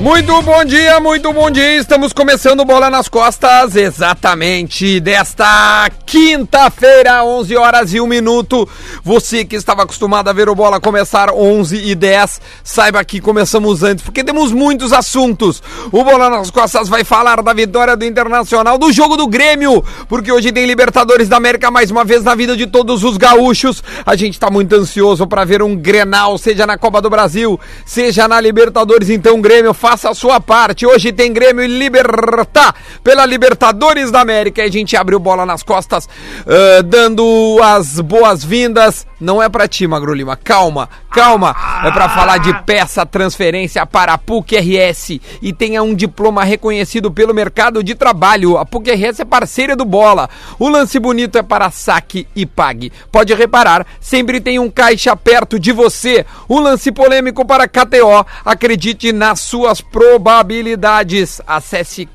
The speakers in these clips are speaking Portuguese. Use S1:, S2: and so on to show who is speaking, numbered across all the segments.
S1: Muito bom dia, muito bom dia. Estamos começando Bola nas Costas, exatamente desta quinta-feira, 11 horas e 1 minuto. Você que estava acostumado a ver o Bola começar 11 e 10, saiba que começamos antes, porque temos muitos assuntos. O Bola nas Costas vai falar da vitória do Internacional, do jogo do Grêmio, porque hoje tem Libertadores da América mais uma vez na vida de todos os gaúchos. A gente está muito ansioso para ver um Grenal, seja na Copa do Brasil, seja na Libertadores, então Grêmio faça a sua parte. Hoje tem Grêmio e Libertar pela Libertadores da América. E a gente abriu bola nas costas, uh, dando as boas-vindas. Não é pra ti, Magro Lima. Calma, calma. É pra falar de peça, transferência para a PUC RS e tenha um diploma reconhecido pelo mercado de trabalho. A PUC RS é parceira do Bola. O lance bonito é para saque e pague. Pode reparar, sempre tem um caixa perto de você. O lance polêmico para KTO. Acredite nas suas probabilidades. Acesse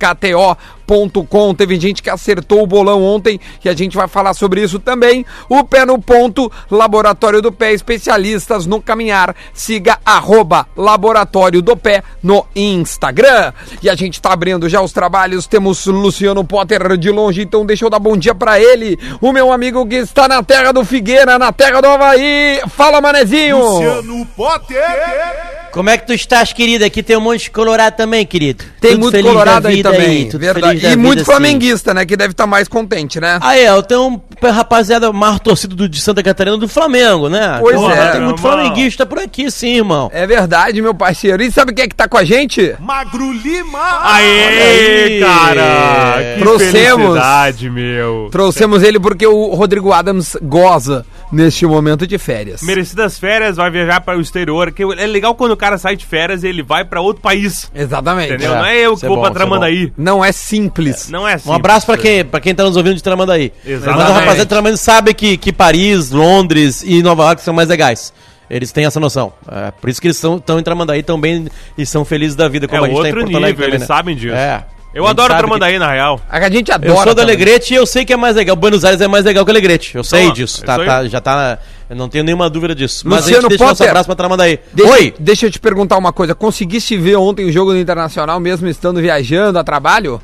S1: KTO.com. Teve gente que acertou o bolão ontem e a gente vai falar sobre isso também. O Pé no Ponto, Laboratório do Pé, especialistas no caminhar. Siga arroba Laboratório do Pé no Instagram. E a gente está abrindo já os trabalhos. Temos Luciano Potter de longe, então deixa eu dar bom dia para ele. O meu amigo que está na terra do Figueira, na terra do Havaí. Fala, manezinho!
S2: Luciano Potter!
S3: Como é que tu estás, querido? Aqui tem um monte de colorado também, querido.
S1: Tem
S3: Tudo
S1: muito
S3: feliz da
S1: colorado aí
S3: vida
S1: também.
S3: tudo
S1: verdade.
S3: feliz da
S1: E
S3: vida,
S1: muito
S3: sim.
S1: flamenguista, né? Que deve estar mais contente, né?
S3: Ah, é, eu tenho um rapaziada mais torcido do, de Santa Catarina do Flamengo, né?
S1: Pois é,
S3: tem
S2: irmão.
S3: muito flamenguista por aqui, sim, irmão.
S1: É verdade, meu parceiro. E sabe quem é que tá com a gente?
S2: Magro Lima!
S3: Olha aí.
S2: Aê, cara! Que
S1: Trouxemos.
S2: felicidade, meu!
S1: Trouxemos ele porque o Rodrigo Adams goza neste momento de férias.
S4: Merecidas férias, vai viajar para o exterior. Que é legal quando o cara sai de férias e ele vai para outro país.
S1: Exatamente.
S4: Entendeu?
S3: É,
S4: não é eu
S3: isso
S4: que
S3: é
S4: vou
S3: bom,
S4: para
S3: isso é
S4: Tramandaí.
S1: Não é simples.
S4: Não é assim.
S3: Um abraço pra quem, pra quem tá nos ouvindo de Tramandaí.
S4: Exatamente.
S3: Mas o rapaziada de Tramandaí sabe que, que Paris, Londres e Nova York são mais legais. Eles têm essa noção. É, por isso que eles estão em Tramandaí tão bem e são felizes da vida, como
S4: É
S3: a gente tá em
S4: outro
S3: Porto
S4: nível,
S3: Alegre também,
S4: eles
S3: né?
S4: sabem disso.
S3: É. A
S4: Eu
S3: gente
S4: adoro
S3: sabe
S4: Tramandaí, na real.
S1: A gente adora.
S3: Eu sou da
S1: também.
S3: Alegrete e eu sei que é mais legal. Buenos Aires é mais legal que Alegrete. Eu sei
S4: Então,
S3: disso.
S4: é
S3: Tá,
S4: isso aí.
S3: tá- já tá. Eu não tenho nenhuma dúvida disso. Mas a
S1: Luciano
S3: gente deixa nosso
S1: Potter.
S3: abraço pra Tramandaí.
S1: Deixa,
S3: Oi!
S1: Deixa eu te perguntar uma coisa. Conseguiste ver ontem o jogo do Internacional mesmo estando viajando a trabalho?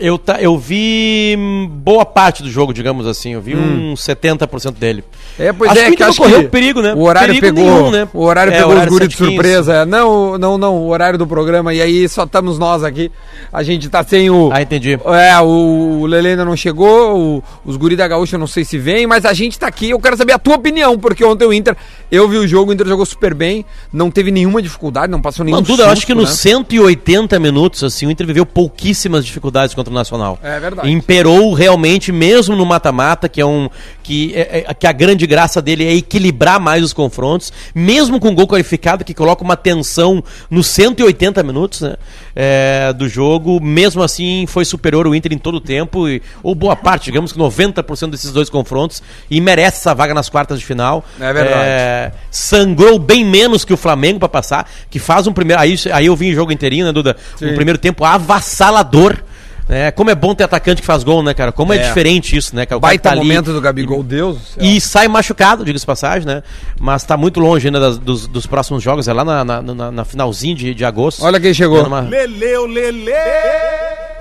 S3: Eu, tá, eu vi hum, boa parte do jogo, digamos assim. Eu vi uns 70% dele.
S1: Hum. É, pois
S3: Acho
S1: é,
S3: que
S1: que
S3: ainda
S1: eu
S3: não
S1: acho que
S3: correu perigo, né?
S1: O horário
S3: Perigo
S1: pegou,
S3: nenhum, né?
S1: o horário
S3: É,
S1: pegou
S3: horário
S1: os guri de
S3: 7:15.
S1: surpresa. É, Não, não, não, o horário do programa e aí só estamos nós aqui. A gente tá sem o
S3: Ah, entendi.
S1: É, o Lele ainda não chegou, o- os guri da Gaúcha eu não sei se vem, mas a gente tá aqui. Eu quero saber a tua opinião, porque ontem o Inter, eu vi o jogo, o Inter jogou super bem, não teve nenhuma dificuldade, não passou nenhum
S3: Não, Duda, eu acho que
S1: susto, né?
S3: nos 180 minutos, assim, o Inter viveu pouquíssimas dificuldades contra o Nacional.
S1: É verdade.
S3: Imperou realmente, mesmo no mata-mata, que é um. Que, é- é- que a grande graça dele é equilibrar mais os confrontos, mesmo com um gol qualificado, que coloca uma tensão nos 180 minutos né, é, do jogo. Mesmo assim, foi superior o Inter em todo o tempo, e, ou boa parte, digamos que 90% desses dois confrontos, e merece essa vaga nas quartas de final.
S1: É verdade.
S3: É, sangrou bem menos que o Flamengo pra passar, que faz um primeiro. Aí, aí eu vi em jogo inteirinho, né, Duda? Um primeiro tempo avassalador. né? como é bom ter atacante que faz gol, né, cara? Como é,
S1: É.
S3: diferente isso, né? Cara? O cara
S1: Baita
S3: tá ali
S1: momento do Gabigol, Deus do céu.
S3: E sai machucado, diga-se de passagem, né? Mas tá muito longe ainda das- dos, dos próximos jogos, é lá na, na, na- na finalzinha de, de agosto.
S1: Olha quem chegou.
S3: Numa-
S2: Leleu, Lele!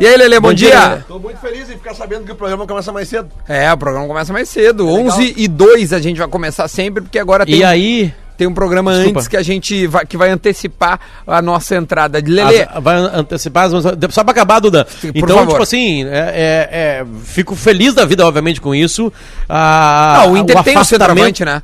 S1: E aí, Lele, bom,
S3: Bom
S1: dia.
S3: dia, Lelê.
S5: Tô muito feliz em ficar sabendo que o programa começa mais cedo.
S1: É, o programa começa mais cedo, 11 e 2 a gente vai começar sempre, porque agora
S3: E aí.
S1: Tem um programa
S3: Desculpa.
S1: antes que a gente vai, que vai antecipar a nossa entrada. Lelê,
S3: As- vai antecipar as Só pra acabar, Duda.
S1: por
S3: então,
S1: favor.
S3: tipo assim, é- é- é, fico feliz da vida, obviamente, com isso. Ah,
S1: não, o Inter tem um
S3: afastamento-
S1: centroavante, né?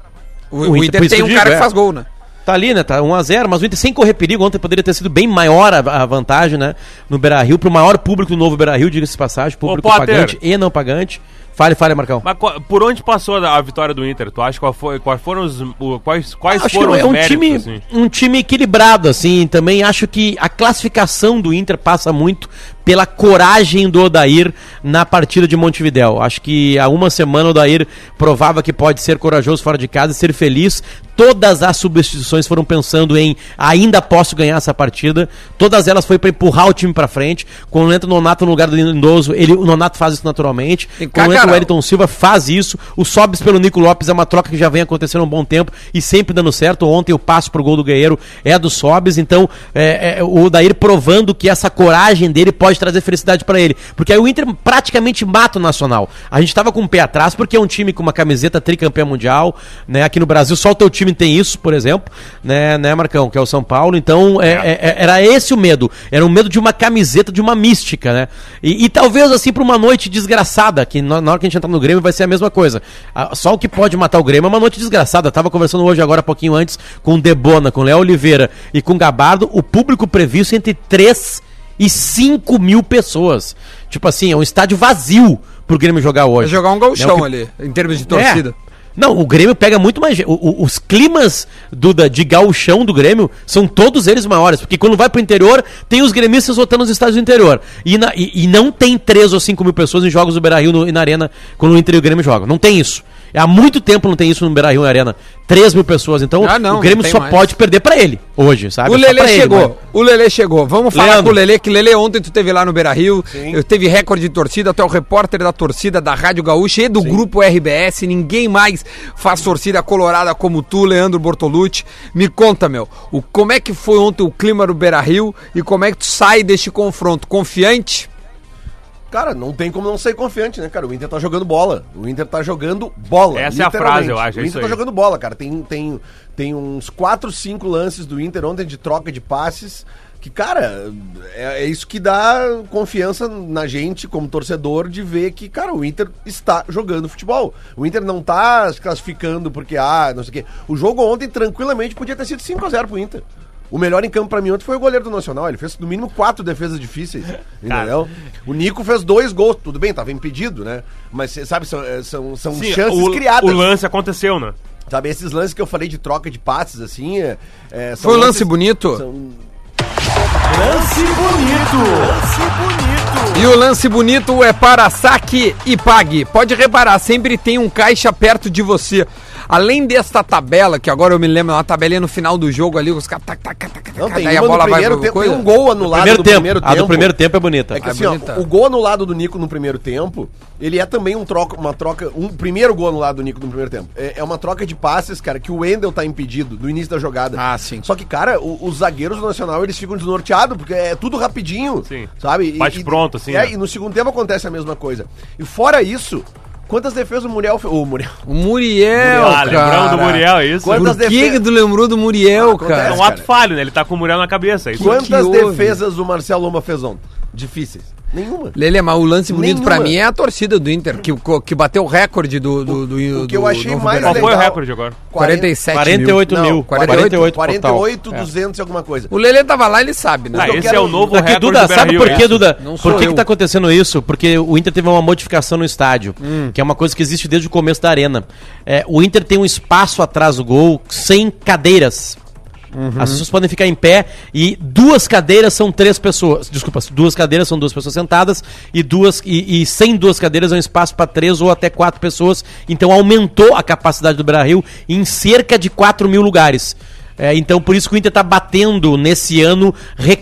S1: O, o
S3: O Inter,
S1: Inter,
S3: por isso
S1: tem
S3: que
S1: um
S3: eu
S1: cara
S3: digo,
S1: que
S3: é.
S1: faz gol, né?
S3: Tá ali, né? Tá 1x0, mas o Inter sem correr perigo. Ontem poderia ter sido bem maior a, a vantagem, né? No Beira Rio, pro maior público do novo Beira Rio, diga-se de passagem, público
S4: Potter.
S3: pagante e não pagante. Fale, fale, Marcão.
S4: Mas qual- por onde passou a vitória do Inter? Tu acha qual foi, quais foram os o- quais quais
S3: Acho
S4: foram
S3: que é
S4: os
S3: um
S4: méritos,
S3: time,
S4: assim?
S3: um time equilibrado, assim. Também acho que a classificação do Inter passa muito pela coragem do Odair na partida de Montevidéu. Acho que há uma semana o Odair provava que pode ser corajoso fora de casa e ser feliz. Todas as substituições foram pensando em ainda posso ganhar essa partida. Todas elas foi para empurrar o time para frente. Quando entra o Nonato no lugar do Lindoso, ele, o Nonato faz isso naturalmente.
S1: Tem que
S3: Quando
S1: cagar Cara,
S3: o Wellington Silva faz isso. O Sobs pelo Nico Lopes é uma troca que já vem acontecendo há um bom tempo e sempre dando certo. Ontem o passo pro gol do Guerreiro é do Sobs. Então, é, é, o Dair provando que essa coragem dele pode trazer felicidade pra ele. Porque aí o Inter praticamente mata o Nacional. A gente tava com o pé atrás porque é um time com uma camiseta tricampeã mundial. Né? Aqui no Brasil, só o teu time tem isso, por exemplo. Né, né Marcão? Que é o São Paulo. Então, é- é- é- era esse o medo. Era o medo de uma camiseta, de uma mística, né? E, e talvez, assim, pra uma noite desgraçada, que na, na hora que a gente entrar no Grêmio vai ser a mesma coisa. Ah, Só o que pode matar o Grêmio é uma noite desgraçada. Eu tava conversando hoje, agora, pouquinho antes, com o Debona, com o Léo Oliveira e com o Gabardo. O público previsto entre 3 e 5 mil pessoas. Tipo assim, é um estádio vazio pro Grêmio jogar
S1: vai
S3: hoje.
S1: jogar um
S3: Né, o
S1: galchão
S3: que-
S1: ali, em termos de torcida.
S3: é. Não, o Grêmio pega muito mais. ge- o- o- os climas do, da- de gauchão do Grêmio são todos eles maiores. Porque quando vai pro interior, tem os gremistas votando nos estádios do interior. E, na- e- e não tem 3 ou 5 mil pessoas em jogos do Beira Rio e na Arena quando o Inter e o Grêmio jogam. Não tem isso. Há muito tempo não tem isso no Beira Rio e na Arena. 3 mil pessoas. Então
S1: Ah, não,
S3: o Grêmio
S1: não tem
S3: só
S1: mais.
S3: pode perder pra ele hoje, sabe?
S1: O
S3: Só
S1: Lelê
S3: pra ele,
S1: chegou,
S3: mas-
S1: o Lelê chegou. Vamos falar
S3: Leandro.
S1: com o Lelê, que Lelê ontem tu teve lá no Beira Rio, eu teve recorde de torcida, até o repórter da torcida da Rádio Gaúcha e do grupo RBS, ninguém mais faz torcida colorada como tu, Leandro Bortolucci. Me conta, meu, o, como é que foi ontem o clima no Beira Rio e como é que tu sai deste confronto? Confiante?
S6: Cara, não tem como não sair confiante, né, cara? O Inter tá jogando bola. O Inter tá jogando bola.
S4: Essa é a
S6: literalmente.
S4: frase, eu acho, é
S6: O
S4: isso
S6: Inter tá
S4: aí.
S6: jogando bola, cara. Tem, tem, tem uns 4, 5 lances do Inter ontem de troca de passes. Que, cara, é, é isso que dá confiança na gente como torcedor de ver que, cara, o Inter está jogando futebol. O Inter não tá se classificando porque, ah, não sei o quê. O jogo ontem tranquilamente podia ter sido 5x0 pro Inter. O melhor em campo pra mim ontem foi o goleiro do Nacional. Ele fez no mínimo quatro defesas difíceis. Entendeu? O Nico fez dois gols, tudo bem, tava impedido, né? Mas cê sabe, são, eh, são, são
S4: Sim,
S6: chances
S4: o,
S6: criadas.
S4: o lance aconteceu, né?
S6: Sabe, esses lances que eu falei de troca de passes, assim. É, é,
S1: Foi
S6: são
S1: um
S6: lances-
S1: lance bonito?
S6: são-
S1: E o lance bonito é para saque e pague. Pode reparar, sempre tem um caixa perto de você. Além desta tabela, que agora eu me lembro, uma tabelinha no final do jogo ali, os caras. tac, tac, tac, tac,
S6: Não,
S1: tac,
S6: tem
S1: daí
S6: uma no primeiro
S1: pro
S6: tempo,
S1: coisa.
S6: tem um gol anulado
S3: Primeiro
S6: no
S3: tempo. A do primeiro tempo é bonita.
S6: É que
S1: Ah,
S6: assim, ó,
S1: bonita.
S6: o gol anulado do Nico no primeiro tempo, ele é também um troca, uma troca, um primeiro gol anulado do Nico no primeiro tempo. É, é uma troca de passes, cara, que o Wendel tá impedido do início da jogada.
S1: Ah, sim.
S6: Só que, cara, o- os zagueiros do Nacional, eles ficam desnorteados, porque é tudo rapidinho,
S4: Sim.
S6: sabe? E-
S4: Bate
S6: e-
S4: pronto, assim,
S6: É,
S4: né?
S6: e no segundo tempo acontece a mesma coisa. E fora isso, quantas defesas o Muriel fez? O Muriel...
S1: O Muriel.
S4: ah,
S1: cara.
S4: lembrando do Muriel, é isso?
S6: Quando-
S1: Por
S6: Quantas
S1: que que
S6: defe-
S1: tu lembrou do Muriel,
S6: acontece,
S4: É
S1: cara?
S4: um ato falho, né? Ele tá com o Muriel na cabeça. é Isso.
S6: Quantas
S1: houve?
S6: defesas o Marcelo Lomba fez ontem? Difíceis. Nenhuma.
S1: Lele, mas o lance bonito
S6: Nenhuma.
S1: pra mim é a torcida do Inter, que, que bateu o recorde do. do, do,
S6: o que
S1: do
S6: eu achei
S1: novo
S6: mais
S4: Qual
S1: Beira-Rio.
S4: foi o
S6: legal.
S4: recorde agora?
S1: 47
S3: 48
S6: Não,
S3: mil.
S1: 48
S3: 48,
S6: 48,
S3: total. É.
S6: 200 e alguma coisa.
S1: O Lele tava lá, ele sabe, né?
S4: Ah,
S6: eu
S4: esse
S6: quero-
S4: é o novo
S3: Daqui,
S4: recorde
S3: Duda,
S4: do Beira
S3: sabe
S4: Rio,
S3: por
S4: é.
S3: que, Duda?
S1: Não sou
S3: Por que,
S1: eu.
S3: que tá acontecendo isso? Porque o Inter teve uma modificação no estádio,
S4: Hum.
S3: que é uma coisa que existe desde o começo da arena. É, o Inter tem um espaço atrás do gol sem cadeiras.
S6: Uhum.
S3: As pessoas podem ficar em pé e duas cadeiras são três pessoas. Desculpa, duas cadeiras são duas pessoas sentadas e duas e, e sem duas cadeiras é um espaço para três ou até quatro pessoas. Então aumentou a capacidade do Brasil em cerca de 4 mil lugares. É, então por isso que o Inter está batendo nesse ano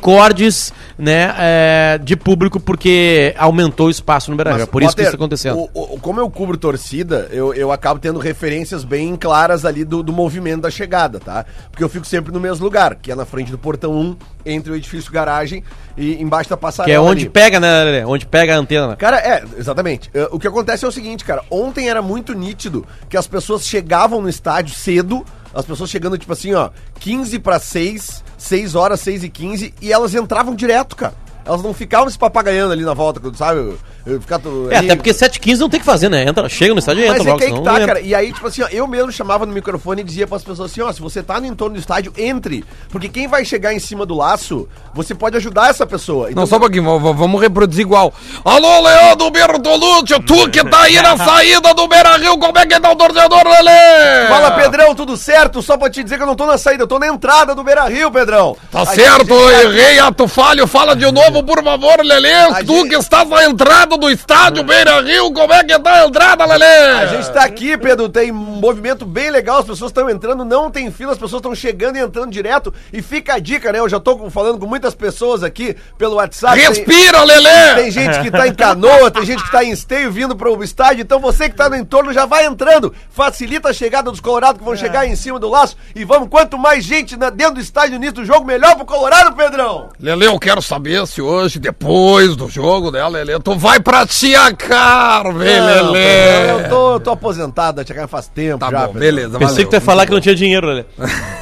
S3: recordes né, é, de público porque aumentou o espaço no Brasil. É
S6: Mas,
S3: por isso que
S6: Potter,
S3: isso está acontecendo.
S6: o- o- como eu cubro torcida, eu, eu acabo tendo referências bem claras ali do, do movimento da chegada, tá? Porque eu fico sempre no mesmo lugar, que é na frente do portão 1, entre o edifício garagem e embaixo da
S3: Que
S6: passarela.
S3: é onde
S6: ali.
S3: pega, né, Lelê? Onde pega a antena. né?
S6: Cara, é, exatamente. Eh, O que acontece é o seguinte, cara. Ontem era muito nítido que as pessoas chegavam no estádio cedo, as pessoas chegando tipo assim, ó, 15 para 6, 6 horas, 6 e 15, e elas entravam direto, cara. Elas não ficavam se papagaiando ali na volta, quando, sabe? Eu, eu ficar to-
S3: É,
S6: ali-
S3: até porque 7h15 não tem o que fazer, né? Entra, chega no estádio e entra
S6: Mas é
S3: logo.
S6: que aí que
S3: senão
S6: tá,
S3: não entra.
S6: cara. E aí, tipo assim, ó, eu mesmo chamava no microfone e dizia pras pessoas assim, ó, se você tá no entorno do estádio, entre. Porque quem vai chegar em cima do laço, você pode ajudar essa pessoa. Então,
S1: Não, só um pouquinho, v- v- vamos reproduzir igual. Alô, Leandro Bertolucci, tu que tá aí na saída do Beira Rio, como é que tá o torcedor, Lelê?
S6: Fala, Pedrão, tudo certo? Só pra te dizer que eu não tô na saída, eu tô na entrada do Beira Rio, Pedrão.
S1: Tá
S6: A
S1: certo,
S6: gente-
S1: errei ato falho, fala de novo, por favor, Lelê, tu
S6: A gente- Hum.
S1: que está na entrada
S7: lado do estádio Beira Rio, como é que tá a entrada,
S6: A
S7: Lelê?
S6: gente tá aqui, Pedro, tem um movimento bem legal, as pessoas estão entrando, não tem fila, as pessoas estão chegando e entrando direto. E fica a dica, né? Eu já tô com- falando com muitas pessoas aqui pelo WhatsApp. tem-
S7: Respira,
S6: tá Tem
S7: Lelê!
S6: gente que tá em canoa, tem gente que tá em esteio vindo pro estádio, então você que tá no entorno já vai entrando. Facilita a chegada dos Colorados que vão chegar em cima do laço. E vamos, quanto mais gente na- dentro do estádio nisso do jogo, melhor pro Colorado, Pedrão!
S7: Lelê, eu quero saber se hoje, depois do jogo, né, Lelê, tu vai pra Tiacar,
S1: é
S7: vê,
S6: Não, Pedrão,
S7: Lelê!
S6: Eu tô, eu tô aposentado, a chegar faz tempo
S7: Tá
S6: já.
S7: bom,
S6: Pedrão.
S7: beleza,
S3: Pensei que tu ia falar que não tinha dinheiro, Lelê.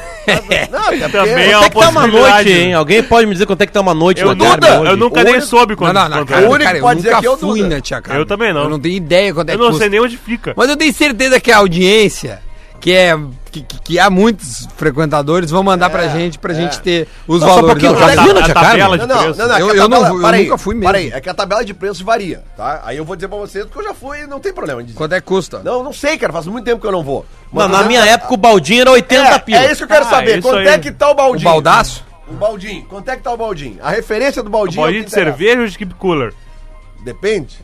S4: Também é
S3: Quanto
S6: Não, até porque-
S3: é que tá uma
S4: possibilidade.
S3: noite, hein? Alguém pode me dizer quanto é que tá uma noite?
S4: Eu,
S3: na
S4: nunca,
S3: carne hoje?
S4: eu nunca nem
S6: Hoje-
S4: soube
S7: Não,
S4: quando.
S7: não, não,
S4: quando-
S7: cara,
S6: O único
S7: cara,
S6: que
S7: eu
S6: pode dizer
S7: nunca
S6: aqui é o
S7: fui né?
S6: Duda.
S7: na Tiacar.
S4: Eu também não.
S7: Eu não tenho ideia quanto é
S4: Eu
S7: que
S4: não
S7: custa.
S4: sei nem onde fica.
S7: Mas eu tenho certeza que a audiência, que é que, que- que há muitos frequentadores, vão mandar pra gente pra gente ter os
S3: Não, só É, um
S7: valores.
S3: pouquinho,
S7: da
S3: já
S7: audiência.
S3: tá- viu na
S4: a
S3: Tia
S4: tabela
S3: Carmen?
S4: de
S6: Não, não,
S4: preço.
S6: não, não, é que
S7: Eu-
S6: a
S7: eu não
S6: tabela-
S7: vou- eu
S6: para aí,
S7: nunca fui mesmo.
S6: Para aí, é que a tabela de preço varia, tá? Aí eu vou dizer pra vocês que eu já fui, não tem problema. em dizer.
S7: Quanto é que custa?
S6: Não, não sei, cara, faz muito tempo que eu não vou.
S3: Não,
S6: Mas-
S3: na minha época o baldinho era 80
S6: é,
S3: pila.
S6: é isso que eu quero
S4: Ah,
S6: saber.
S4: isso
S6: Quanto
S4: aí.
S6: é que tá o
S7: o
S6: baldinho?
S7: baldaço?
S6: O baldinho. Quanto é que tá o baldinho? A referência do baldinho. é o
S4: Bode
S6: que
S4: de
S6: interessa.
S4: cerveja ou de keep cooler?
S6: Depende.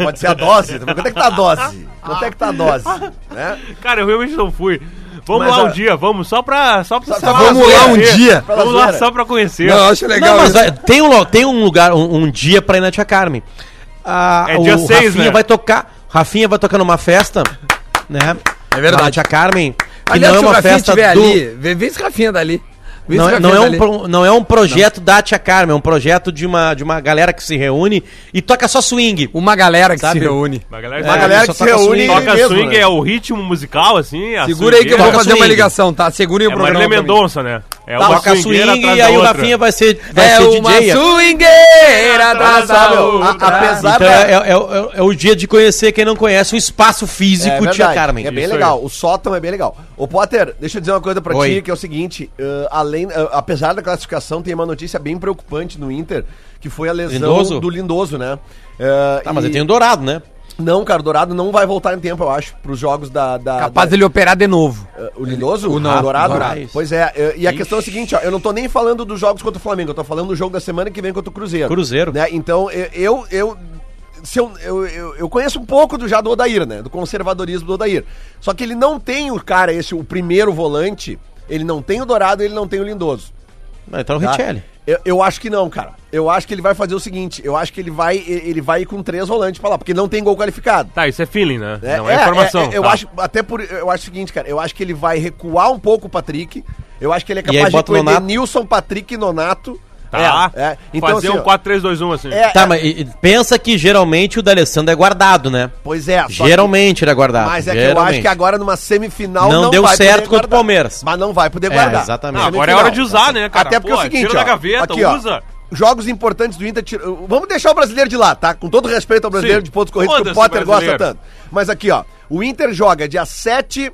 S6: Tem- pode ser a dose. também. Quanto é que tá a dose? Quanto é que tá a dose? Né?
S4: Cara, eu realmente não fui. Vamos
S6: Mas
S4: lá um
S6: a-
S4: dia, vamos, só pra. Só pra
S6: Só-
S4: só pra
S7: vamos
S4: conhecer.
S7: lá um dia.
S4: Vamos
S6: Pra
S4: lá
S6: zoeira.
S4: só pra conhecer.
S7: Não, eu acho legal.
S3: não, mas
S7: isso.
S3: vai- tem um, lo- tem um lugar, um, um dia pra ir na Tia Carmen. Ah,
S4: É
S3: o
S4: dia seis,
S3: Rafinha
S4: né?
S3: vai tocar. Rafinha vai tocar numa festa, né?
S7: É verdade.
S3: Lá Na Tia Carmen. Que
S7: Aliás,
S3: não é
S7: se o
S3: uma
S7: Rafinha
S3: festa do...
S7: estiver ali, vê, vê esse Rafinha dali. Vê
S3: Não,
S7: esse
S3: é- não é
S7: Rafinha tá
S3: um,
S7: dali.
S3: pro- não é um projeto da Tia Carmen, é um projeto de uma, de uma galera que se reúne e toca só swing.
S7: Uma galera que
S3: Sabe?
S7: se reúne.
S4: Uma É, galera,
S6: Uma galera
S3: só
S6: que se
S3: toca
S6: reúne
S3: swing.
S4: toca
S6: mesmo,
S4: swing
S6: né?
S4: é o ritmo musical, assim. a
S7: Segura aí que eu vou
S4: swingueira.
S7: fazer uma
S3: swing.
S7: ligação, tá? Segurem o
S4: É
S7: programa.
S4: Marília
S7: pra mim.
S4: Mendonça, né? É
S6: Tá,
S3: toca
S4: swingueira
S3: swing
S4: atrás
S3: e aí
S4: da
S3: o
S4: outra.
S3: Rafinha vai ser, vai
S7: É
S3: ser
S7: uma
S3: DJ. Tá,
S7: swingueira atrás da
S4: Sabe,
S7: outra.
S6: Meu, a-
S4: outra.
S6: apesar
S3: Então
S6: da-
S3: é, é- é- é o dia de conhecer quem não conhece o espaço físico
S6: É
S3: Tia
S6: verdade,
S3: Carmen.
S6: É bem
S4: Isso
S6: legal. O sótão é bem legal. Ô, Potter, deixa eu dizer uma coisa pra
S3: Oi.
S6: ti, que é o seguinte: ãh, além, ãh, apesar da classificação, tem uma notícia bem preocupante no Inter, que foi a lesão
S3: Lindoso?
S6: do Lindoso, né? Ah,
S3: Tá, mas
S6: e-
S3: eu tenho dourado, né?
S6: Não, cara, o Dourado não vai voltar em tempo, eu acho, pros jogos da. da
S3: tá.
S7: Capaz
S6: da-
S7: dele operar de novo.
S6: ah, O Lindoso?
S7: O não,
S6: Ah, Dourado?
S7: Dourado.
S6: Pois é, eh, e a questão é a seguinte, ó, eu não tô nem falando dos jogos contra o Flamengo, eu tô falando do jogo da semana que vem contra o Cruzeiro.
S3: Cruzeiro.
S6: Né? Então, eu... eu, eu se eu, eu, eu, eu conheço um pouco do já do Odair, né? Do conservadorismo do Odair. Só que ele não tem o cara, esse, o primeiro volante, ele não tem o Dourado, ele não tem o Lindoso.
S3: Não, então é o
S6: Tá?
S3: Richelli.
S6: Eu, eu acho que não, cara. Eu acho que ele vai fazer o seguinte, eu acho que ele vai, ele vai ir com três volantes pra lá, porque não tem gol qualificado.
S4: Tá, isso é feeling, né?
S6: É,
S4: Não é,
S6: é,
S4: informação.
S6: é, eu
S4: tá.
S6: acho até por eu acho o seguinte, cara, eu acho que ele vai recuar um pouco o Patrick. Eu acho que ele é
S3: aí
S6: capaz de
S3: bota o
S6: com
S3: Nonato.
S6: Nilson, Patrick e Nonato.
S4: Tá.
S6: É, é. Então
S4: fazer
S6: assim,
S4: um
S6: ó,
S4: 4-3-2-1, assim.
S6: é,
S3: Tá,
S6: é,
S3: mas e- e pensa que geralmente o D'Alessandro é guardado, né?
S6: pois é. só que-
S3: Geralmente ele é guardado.
S6: mas é que eu
S3: geralmente.
S6: acho que agora numa semifinal
S3: Não deu certo
S6: poder
S3: contra o
S6: guardar.
S3: Palmeiras.
S6: Mas não vai poder
S3: É,
S6: guardar.
S3: exatamente.
S4: Ah, agora é hora de usar, né, cara?
S6: Até porque
S4: Pô,
S6: é o seguinte,
S4: tira da
S6: ó,
S4: gaveta,
S6: aqui, ó,
S4: usa.
S6: jogos importantes do Inter, tira- vamos deixar o brasileiro de lá, tá? Com todo respeito ao brasileiro
S4: Sim.
S6: de pontos corridos que
S4: Foda-se,
S6: o Potter gosta
S4: brasileiro.
S6: tanto. Mas aqui, ó, o Inter joga dia 7,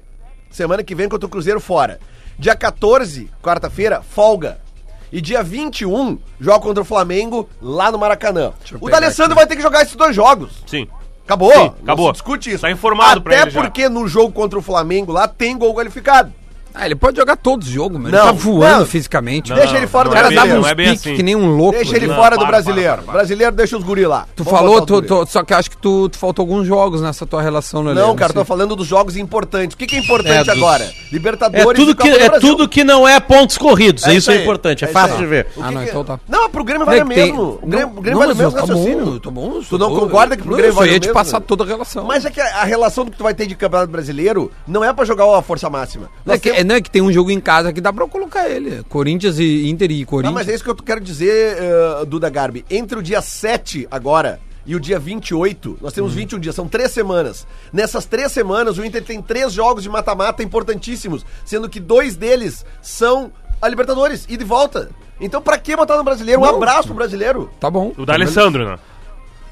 S6: semana que vem contra o Cruzeiro fora. Dia 14, quarta-feira, folga. E dia 21, joga contra o Flamengo lá no Maracanã.
S7: eu
S6: O
S7: pegar
S6: D'Alessandro vai ter que jogar esses dois jogos.
S4: Sim.
S6: Acabou.
S4: Sim,
S6: Não
S4: acabou.
S6: se discute isso.
S4: Tá informado pra
S6: Até
S4: ele já.
S6: porque no jogo contra o Flamengo lá tem gol qualificado.
S7: Ah, ele pode jogar todos os jogos, mano.
S6: Não,
S7: ele tá voando
S6: não.
S7: fisicamente.
S6: Deixa ele fora
S7: o
S6: do
S7: cara
S4: não
S6: brasileiro.
S7: dava uns
S4: é bem
S7: piques
S4: assim.
S7: que nem um louco.
S6: Deixa ele
S7: né?
S4: Não,
S6: fora do
S4: para,
S6: brasileiro.
S4: para, para.
S6: Brasileiro deixa os guri lá.
S7: Tu
S6: Vamos
S7: falou,
S6: botar os
S7: tu,
S6: guri.
S7: tu- só que eu acho que tu, tu faltou alguns jogos nessa tua relação, né, Lelê.
S6: Não, cara,
S7: sei.
S6: tô falando dos jogos importantes. O que, que é
S3: É,
S6: importante
S3: dos-
S6: agora?
S3: É
S6: Libertadores
S3: tudo,
S6: e
S3: que,
S6: Copa do
S3: é
S6: Brasil.
S3: tudo que não é pontos corridos. isso, é
S6: aí,
S3: importante, é,
S6: isso
S3: fácil
S6: aí.
S3: de ver.
S6: O
S7: Ah,
S6: que
S7: não,
S6: que-
S7: então tá.
S6: Não, pro Grêmio
S7: Não
S6: vale
S7: é que tem-
S6: mesmo. O Grêmio, o Grêmio
S7: não,
S6: vale
S7: mas
S6: mesmo
S7: eu tô
S6: raciocínio.
S7: bom, tô bom.
S6: Tu não concorda que pro Grêmio
S7: vai
S6: vale
S7: Eu ia
S6: o
S7: te
S6: mesmo?
S7: é passar toda a relação.
S6: Mas é que a a relação do que tu vai ter de Campeonato Brasileiro não é pra jogar a força máxima.
S7: Não, é
S6: Nós
S7: que,
S6: temos-
S7: é, não é que tem um jogo em casa que dá pra eu colocar ele. Corinthians e Inter e
S6: Ah,
S7: Corinthians.
S6: mas é isso que eu quero dizer, eh, Duda Garbi. Entre o dia 7 agora e o dia 28, nós
S4: Hum.
S6: temos 21 dias, são três semanas. Nessas três semanas, o Inter tem três jogos de mata-mata importantíssimos, sendo que dois deles são a Libertadores, ida e de volta. Então, pra que botar no brasileiro? Um
S7: Não.
S6: abraço pro brasileiro.
S7: Tá bom.
S4: O da Alessandro, né?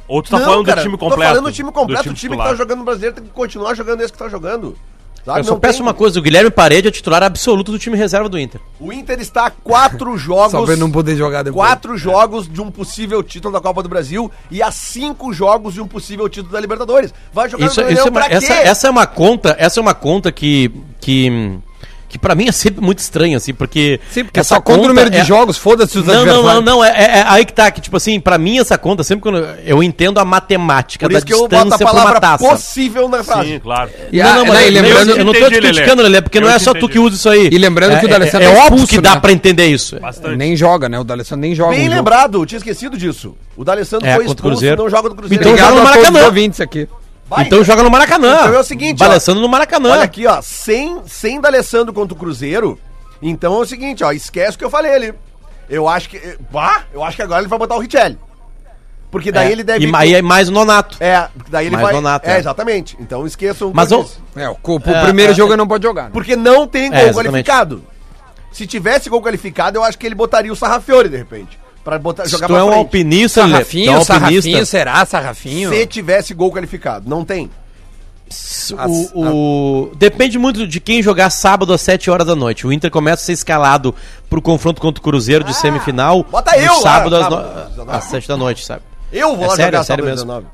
S4: Ou tu tá
S6: Não,
S4: falando
S6: cara,
S4: do time completo?
S6: Tô falando do time completo. o time que tá
S4: titular.
S6: jogando no brasileiro tem que continuar jogando esse que tá jogando. Sabe?
S3: Eu só
S6: Não
S3: peço
S6: tem-
S3: uma coisa, o Guilherme Parede é titular absoluto do time reserva do Inter.
S6: O Inter está a quatro jogos.
S7: Só pra ele não poder jogar depois.
S3: É.
S6: Quatro jogos de um possível título da Copa do Brasil e a cinco jogos de um possível título da Libertadores. Vai jogar
S3: Isso,
S6: no
S3: isso é
S6: Brasileirão
S3: uma,
S6: pra
S3: essa,
S6: quê?
S3: essa é uma conta, essa é uma conta que que, que que pra mim é sempre muito estranho, assim, porque.
S7: Sim, porque só conta o número de
S3: é-
S7: jogos, foda-se os
S3: Não, não,
S7: adversários.
S3: não, não, é, é- é aí que tá, que tipo assim, pra mim essa conta, sempre quando eu, eu entendo a matemática
S6: Por
S3: da
S6: isso que eu
S3: distância
S6: boto a
S3: pra uma
S6: palavra Ah,
S3: taça.
S6: possível na frase.
S4: Sim, claro.
S7: E,
S3: não, não, mas
S7: e
S4: é
S3: eu-
S7: lembrando,
S3: eu, eu não tô
S4: entendi,
S3: te criticando, Lelê, porque não
S4: Eu
S3: é
S4: te
S3: só tu
S4: entendi.
S3: que usa isso aí.
S7: E lembrando
S3: é,
S7: que o
S3: É, é,
S7: D'Alessandro é
S3: óbvio
S7: expulso,
S3: que dá
S7: né?
S3: pra entender isso.
S4: Bastante.
S7: nem joga, né? O D'Alessandro nem joga. um
S6: Bem
S7: jogo.
S6: lembrado, eu tinha esquecido disso. O D'Alessandro
S3: É,
S6: foi
S3: contra o
S6: expulso e
S3: Cruzeiro.
S6: não joga do Cruzeiro.
S3: Então
S7: Obrigado
S3: joga no
S7: a todos os
S3: Maracanã.
S7: ouvintes aqui.
S6: Vai.
S3: Então joga no Maracanã.
S6: Então é o seguinte, ó.
S3: D'Alessandro no Maracanã.
S6: Olha aqui, ó, sem, sem D'Alessandro contra o Cruzeiro, então é o seguinte, ó, esquece o que eu falei ali. Eu acho que... eh, Bah, eu acho que agora ele vai botar o Richelli. Porque daí
S3: É,
S6: ele deve...
S3: E ma- aí é mais o Nonato.
S6: É, porque daí ele
S3: Mais
S6: vai...
S3: Donato,
S6: é,
S3: é.
S6: exatamente. Então esqueçam o que
S3: Mas
S6: eu
S3: o-
S6: disse.
S7: É, o, o primeiro jogo ele não pode jogar. né?
S6: Porque não tem gol
S3: É, exatamente.
S6: qualificado. Se tivesse gol qualificado, eu acho que ele botaria o Sarrafiore, de repente. Pra botar,
S3: Se
S6: jogar
S3: tu
S6: pra
S3: é um
S6: frente.
S3: alpinista, Lelê, tu é um
S7: Sarrafinho, sarrafinho,
S3: alpinista.
S7: será sarrafinho?
S6: Se tivesse gol qualificado. Não tem.
S3: O, o- Depende muito de quem jogar sábado às 7 horas da noite. O Inter começa a ser escalado pro confronto contra o Cruzeiro de
S4: Ah,
S3: semifinal.
S6: bota eu
S3: no
S6: lá,
S3: sábado
S4: tá
S3: às,
S6: sábado,
S3: no-
S6: 19.
S3: às 7 da noite, sabe?
S6: Eu vou
S3: É
S6: lá
S3: sério,
S6: jogar
S3: é sério
S6: sábado
S3: mesmo.
S6: 19.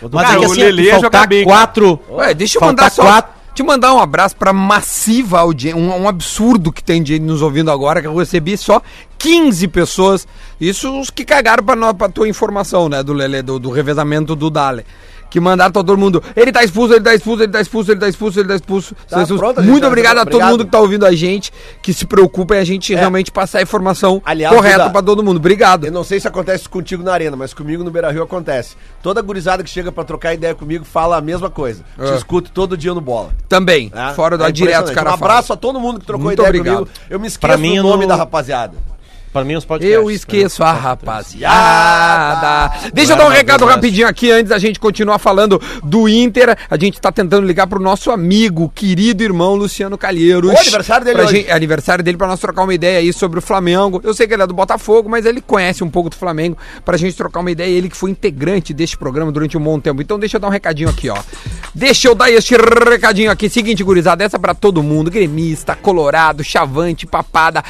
S3: Mas
S4: Cara,
S3: é que
S4: o
S3: assim,
S4: Lelê
S3: Lelê
S4: joga
S3: faltar
S4: bem, cara.
S3: quatro.
S7: Ué, deixa eu
S3: faltar
S7: mandar só.
S3: quatro-
S7: Te mandar um abraço pra massiva audiência. Um, um absurdo que tem de gente nos ouvindo agora, que eu recebi só 15 pessoas. Isso os que cagaram pra, nós, pra tua informação, né? Do Lelê, do, do revezamento do Dale. Que mandaram todo mundo. Ele tá expulso, ele tá expulso, ele tá expulso, ele tá expulso, ele tá expulso. Tá expulso.
S6: pronto, gente,
S7: Muito obrigado a todo
S6: obrigado. É.
S7: mundo que tá ouvindo a gente, que se preocupa em a gente realmente passar a informação
S6: Aliás,
S7: correta
S6: Duda,
S7: pra todo mundo.
S6: Eu
S7: Obrigado.
S6: não sei se acontece contigo na arena, mas comigo no Beira Rio acontece. Toda gurizada que chega pra trocar ideia comigo fala a mesma coisa. Te
S7: É.
S6: escuto todo dia no bola.
S7: Também.
S6: né?
S7: Fora do
S6: É
S7: direto,
S6: impressionante.
S7: os caras
S6: Um
S7: falam.
S6: abraço a todo mundo que trocou
S7: Muito
S6: ideia
S7: obrigado.
S6: comigo. Eu me
S3: Pra
S6: esqueço
S3: mim,
S6: do
S3: eu
S6: nome
S3: não-
S6: da rapaziada.
S3: Pra mim, os podcasts. né?
S7: Eu esqueço a rapaziada. Deixa eu
S3: Não
S7: dar um
S3: era mais
S7: recado
S3: ou menos.
S7: rapidinho aqui antes da gente continuar falando do Inter. A gente tá tentando ligar pro nosso amigo, querido irmão Luciano Calheiros.
S6: O aniversário dele
S7: pra
S6: hoje.
S7: gente- é aniversário dele pra nós trocar uma ideia aí sobre o Flamengo. Eu sei que ele é do Botafogo, mas ele conhece um pouco do Flamengo pra gente trocar uma ideia. Ele que foi integrante deste programa durante um bom tempo. Então deixa eu dar um recadinho aqui, ó. Deixa eu dar este recadinho aqui. Seguinte, gurizada, essa é pra todo mundo. Gremista, Colorado, Chavante, Papada,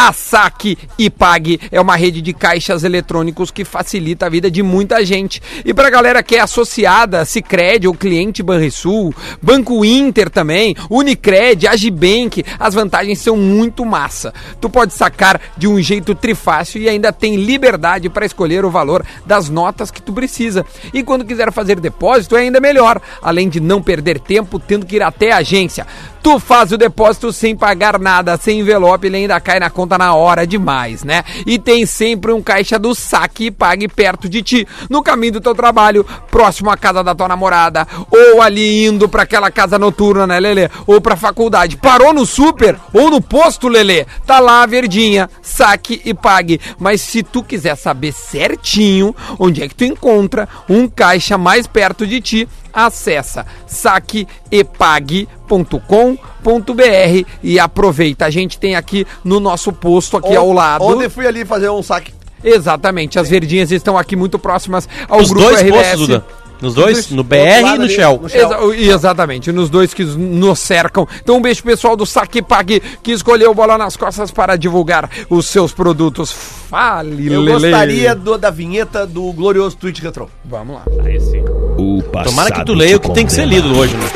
S7: Assaque e Pague. É uma rede de caixas eletrônicos que facilita a vida de muita gente. E pra galera que é associada, Sicredi ou cliente Banrisul, Banco Inter também, Unicred, Agibank, as vantagens são muito massa. Tu pode sacar de um jeito trifácil e ainda tem liberdade para escolher o valor das notas que tu precisa. E quando quiser fazer depósito, é ainda melhor, além de não perder tempo tendo que ir até a agência. Tu faz o depósito sem pagar nada, sem envelope, ele ainda cai na conta na hora demais, né? E tem sempre um caixa do saque e pague perto de ti, no caminho do teu trabalho, próximo à casa da tua namorada, ou ali indo pra aquela casa noturna, né, Lelê? Ou pra faculdade. Parou no super ou no posto, Lelê? Tá lá a verdinha, saque e pague. Mas se tu quiser saber certinho onde é que tu encontra um caixa mais perto de ti, acessa saqueepague.com.br e aproveita. A gente tem aqui no nosso posto aqui ao é lado.
S6: Ontem fui ali fazer um saque.
S7: Exatamente, as verdinhas estão aqui muito próximas ao
S3: Os
S7: grupo
S3: dois
S7: RBS.
S3: postos, Duda. Nos dois? No BR e
S6: lado
S3: no
S6: ali,
S3: Shell.
S6: no Shell.
S7: Exa- e exatamente, nos dois que nos cercam. Então, um beijo pessoal do Saque Pague que escolheu Bola nas Costas para divulgar os seus produtos. Fale,
S6: Eu
S7: Lele.
S6: gostaria do- da vinheta do glorioso tweet retrô.
S7: Vamos lá.
S4: Aí sim.
S8: O
S3: Tomara que tu leia o que tem que ser lido hoje, né?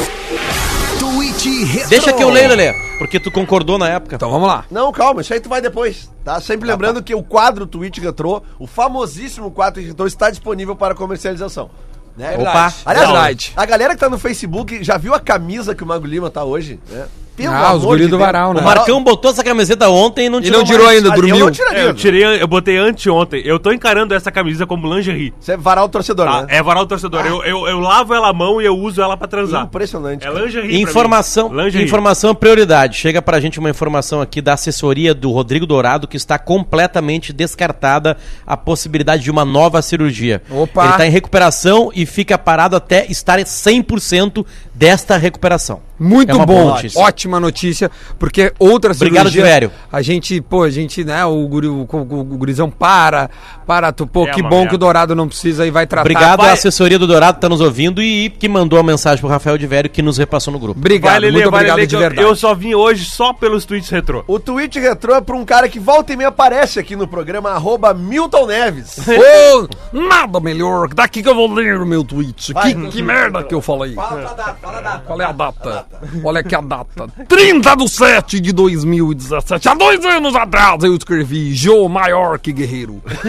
S3: Deixa que eu leio, Lelê, porque tu concordou na época.
S7: Então, vamos lá.
S6: Não, calma, isso aí tu vai depois, tá? Sempre
S7: Ah,
S6: lembrando que o quadro Tweet Retrô, o famosíssimo quadro Tweet Retrô, está disponível para comercialização. Né?
S3: Opa.
S7: é
S6: Aliás,
S7: Verdade.
S6: a galera que tá no Facebook já viu a camisa que o Mago Lima tá hoje? Né? Pelo
S7: Ah, os
S6: amor
S7: guri
S6: de
S7: do
S6: Deus.
S7: varal, né?
S3: O Marcão botou essa camiseta ontem e não
S7: Ele
S3: tirou
S7: não tirou
S3: mais.
S7: ainda,
S6: Ah, Eu
S7: dormiu.
S6: não tiraria.
S4: É, eu tirei, eu botei anteontem. Eu tô encarando essa camisa como lingerie.
S6: Você é varal torcedor,
S4: Tá?
S6: né?
S4: É varal torcedor. Eu, eu, eu lavo ela a mão e eu uso ela pra transar.
S6: Impressionante.
S4: É
S6: cara.
S4: lingerie. pra mim.
S3: Informação,
S4: Lingerie.
S3: informação é prioridade. Chega pra gente uma informação aqui da assessoria do Rodrigo Dourado que está completamente descartada a possibilidade de uma nova cirurgia.
S7: Opa.
S3: Ele tá em recuperação e fica parado até estar 100% desta recuperação.
S7: Muito
S3: É uma
S7: bom,
S3: boa notícia.
S7: ótima notícia, porque outra
S3: Obrigado, Diverio.
S7: a gente, pô, a gente, né, o, guri, o, o- o gurizão para, para, tu, pô,
S4: É
S7: que
S4: uma
S7: bom
S4: merda.
S7: que o Dourado não precisa e vai tratar.
S3: Obrigado à
S4: vai-
S3: assessoria do Dourado que tá nos ouvindo e que mandou a mensagem pro Rafael de Vério que nos repassou no grupo.
S7: Obrigado,
S4: Vai, Lelê,
S7: muito
S4: vai,
S7: obrigado
S4: Lelê,
S7: de
S4: que eu-
S7: verdade.
S4: Eu só vim hoje só pelos tweets retrô.
S6: O tweet retrô é pra um cara que volta e meia aparece aqui no programa, arroba Milton Neves.
S7: Ô, nada melhor, daqui que eu vou ler o meu tweet.
S6: Vai.
S4: então.
S7: Que, que merda que eu falei.
S6: a data, fala a data.
S7: Qual é a data? Olha aqui a data. 30 de 7 de 2017, há dois anos atrás, eu escrevi Jô Maior que Guerreiro. que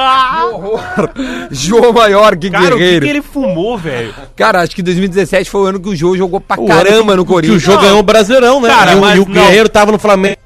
S7: horror. Jô Maior que
S4: Cara, o que,
S7: Guerreiro.
S4: que ele fumou, velho?
S7: Cara, acho que 2017 foi o ano que o Jô jogou pra
S3: O ano
S7: caramba
S3: que-
S7: no Corinthians.
S3: Que o jogo ganhou o Brasileirão, né?
S4: Cara,
S3: e o,
S4: mas
S3: e o
S4: não.
S3: Guerreiro tava no Flamengo.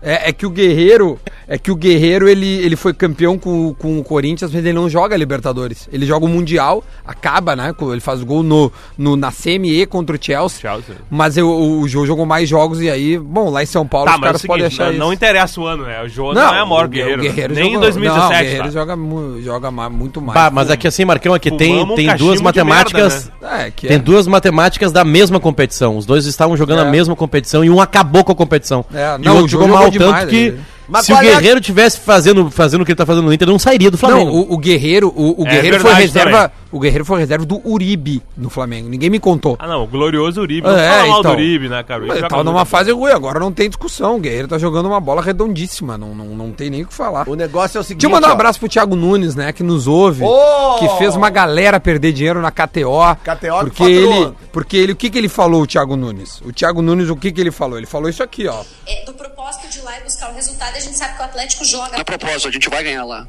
S7: É, é que o Guerreiro, é que o Guerreiro ele, ele foi campeão com, com o Corinthians, mas ele não joga Libertadores. Ele joga o Mundial, acaba, né? com- Ele faz gol no, no, na CME contra o Chelsea.
S4: Chelsea.
S7: Mas eu- o, o Jô jogou mais jogos e aí, bom, lá em São Paulo
S4: Tá,
S7: os
S4: mas é o
S7: caras podem
S4: seguinte,
S7: achar
S4: não,
S7: isso.
S4: não interessa o ano, né? O João não, é a maior
S7: o
S4: guerreiro.
S7: Guerreiro
S4: nem em
S7: jogou- não, o
S4: 2017.
S7: Guerreiro
S4: tá?
S7: joga, mu- joga ma- muito mais.
S3: Bah, mas aqui assim, Marcão, aqui tem,
S4: Fumamos um
S3: tem
S4: cachimbo
S3: duas
S4: de
S3: matemáticas.
S4: merda, né?
S7: É, que
S3: Tem
S7: é.
S3: duas matemáticas da mesma competição. Os dois estavam jogando
S7: É.
S3: a mesma competição e um acabou com a competição.
S7: É,
S3: e
S7: não,
S3: o
S7: o
S3: outro jogou
S7: Jô
S3: mal
S7: jogou demais,
S3: tanto que.
S7: né?
S6: Mas
S3: se o
S6: qual é a-
S3: Guerreiro tivesse fazendo, fazendo o que ele tá fazendo no Inter, não sairia do Flamengo.
S7: Não, o, o Guerreiro, o, o
S4: É
S7: Guerreiro foi
S4: verdade
S7: reserva, o Guerreiro foi reserva do Uribe no Flamengo. Ninguém me contou.
S4: Ah, não, o glorioso Uribe.
S7: É,
S4: Não fala mal
S7: então.
S4: do Uribe, né, cara? O Uribe
S7: Mas
S4: joga
S7: tava
S4: muito.
S7: numa fase ruim, agora não tem discussão. O Guerreiro tá jogando uma bola redondíssima, não, não, não tem nem o que falar.
S6: O negócio é o seguinte.
S7: Deixa eu mandar um
S6: ó.
S7: abraço pro Thiago Nunes, né, que nos ouve,
S6: Ô!
S7: que fez uma galera perder dinheiro na KTO.
S6: KTO
S7: porque
S6: que faturou.
S7: ele, porque ele, o que que ele falou, o Thiago Nunes? O Thiago Nunes, o que que ele falou? Ele falou isso aqui, ó.
S8: é, do propósito de ir lá e buscar o resultado, a gente sabe que o Atlético joga
S9: A propósito, a gente vai ganhar lá.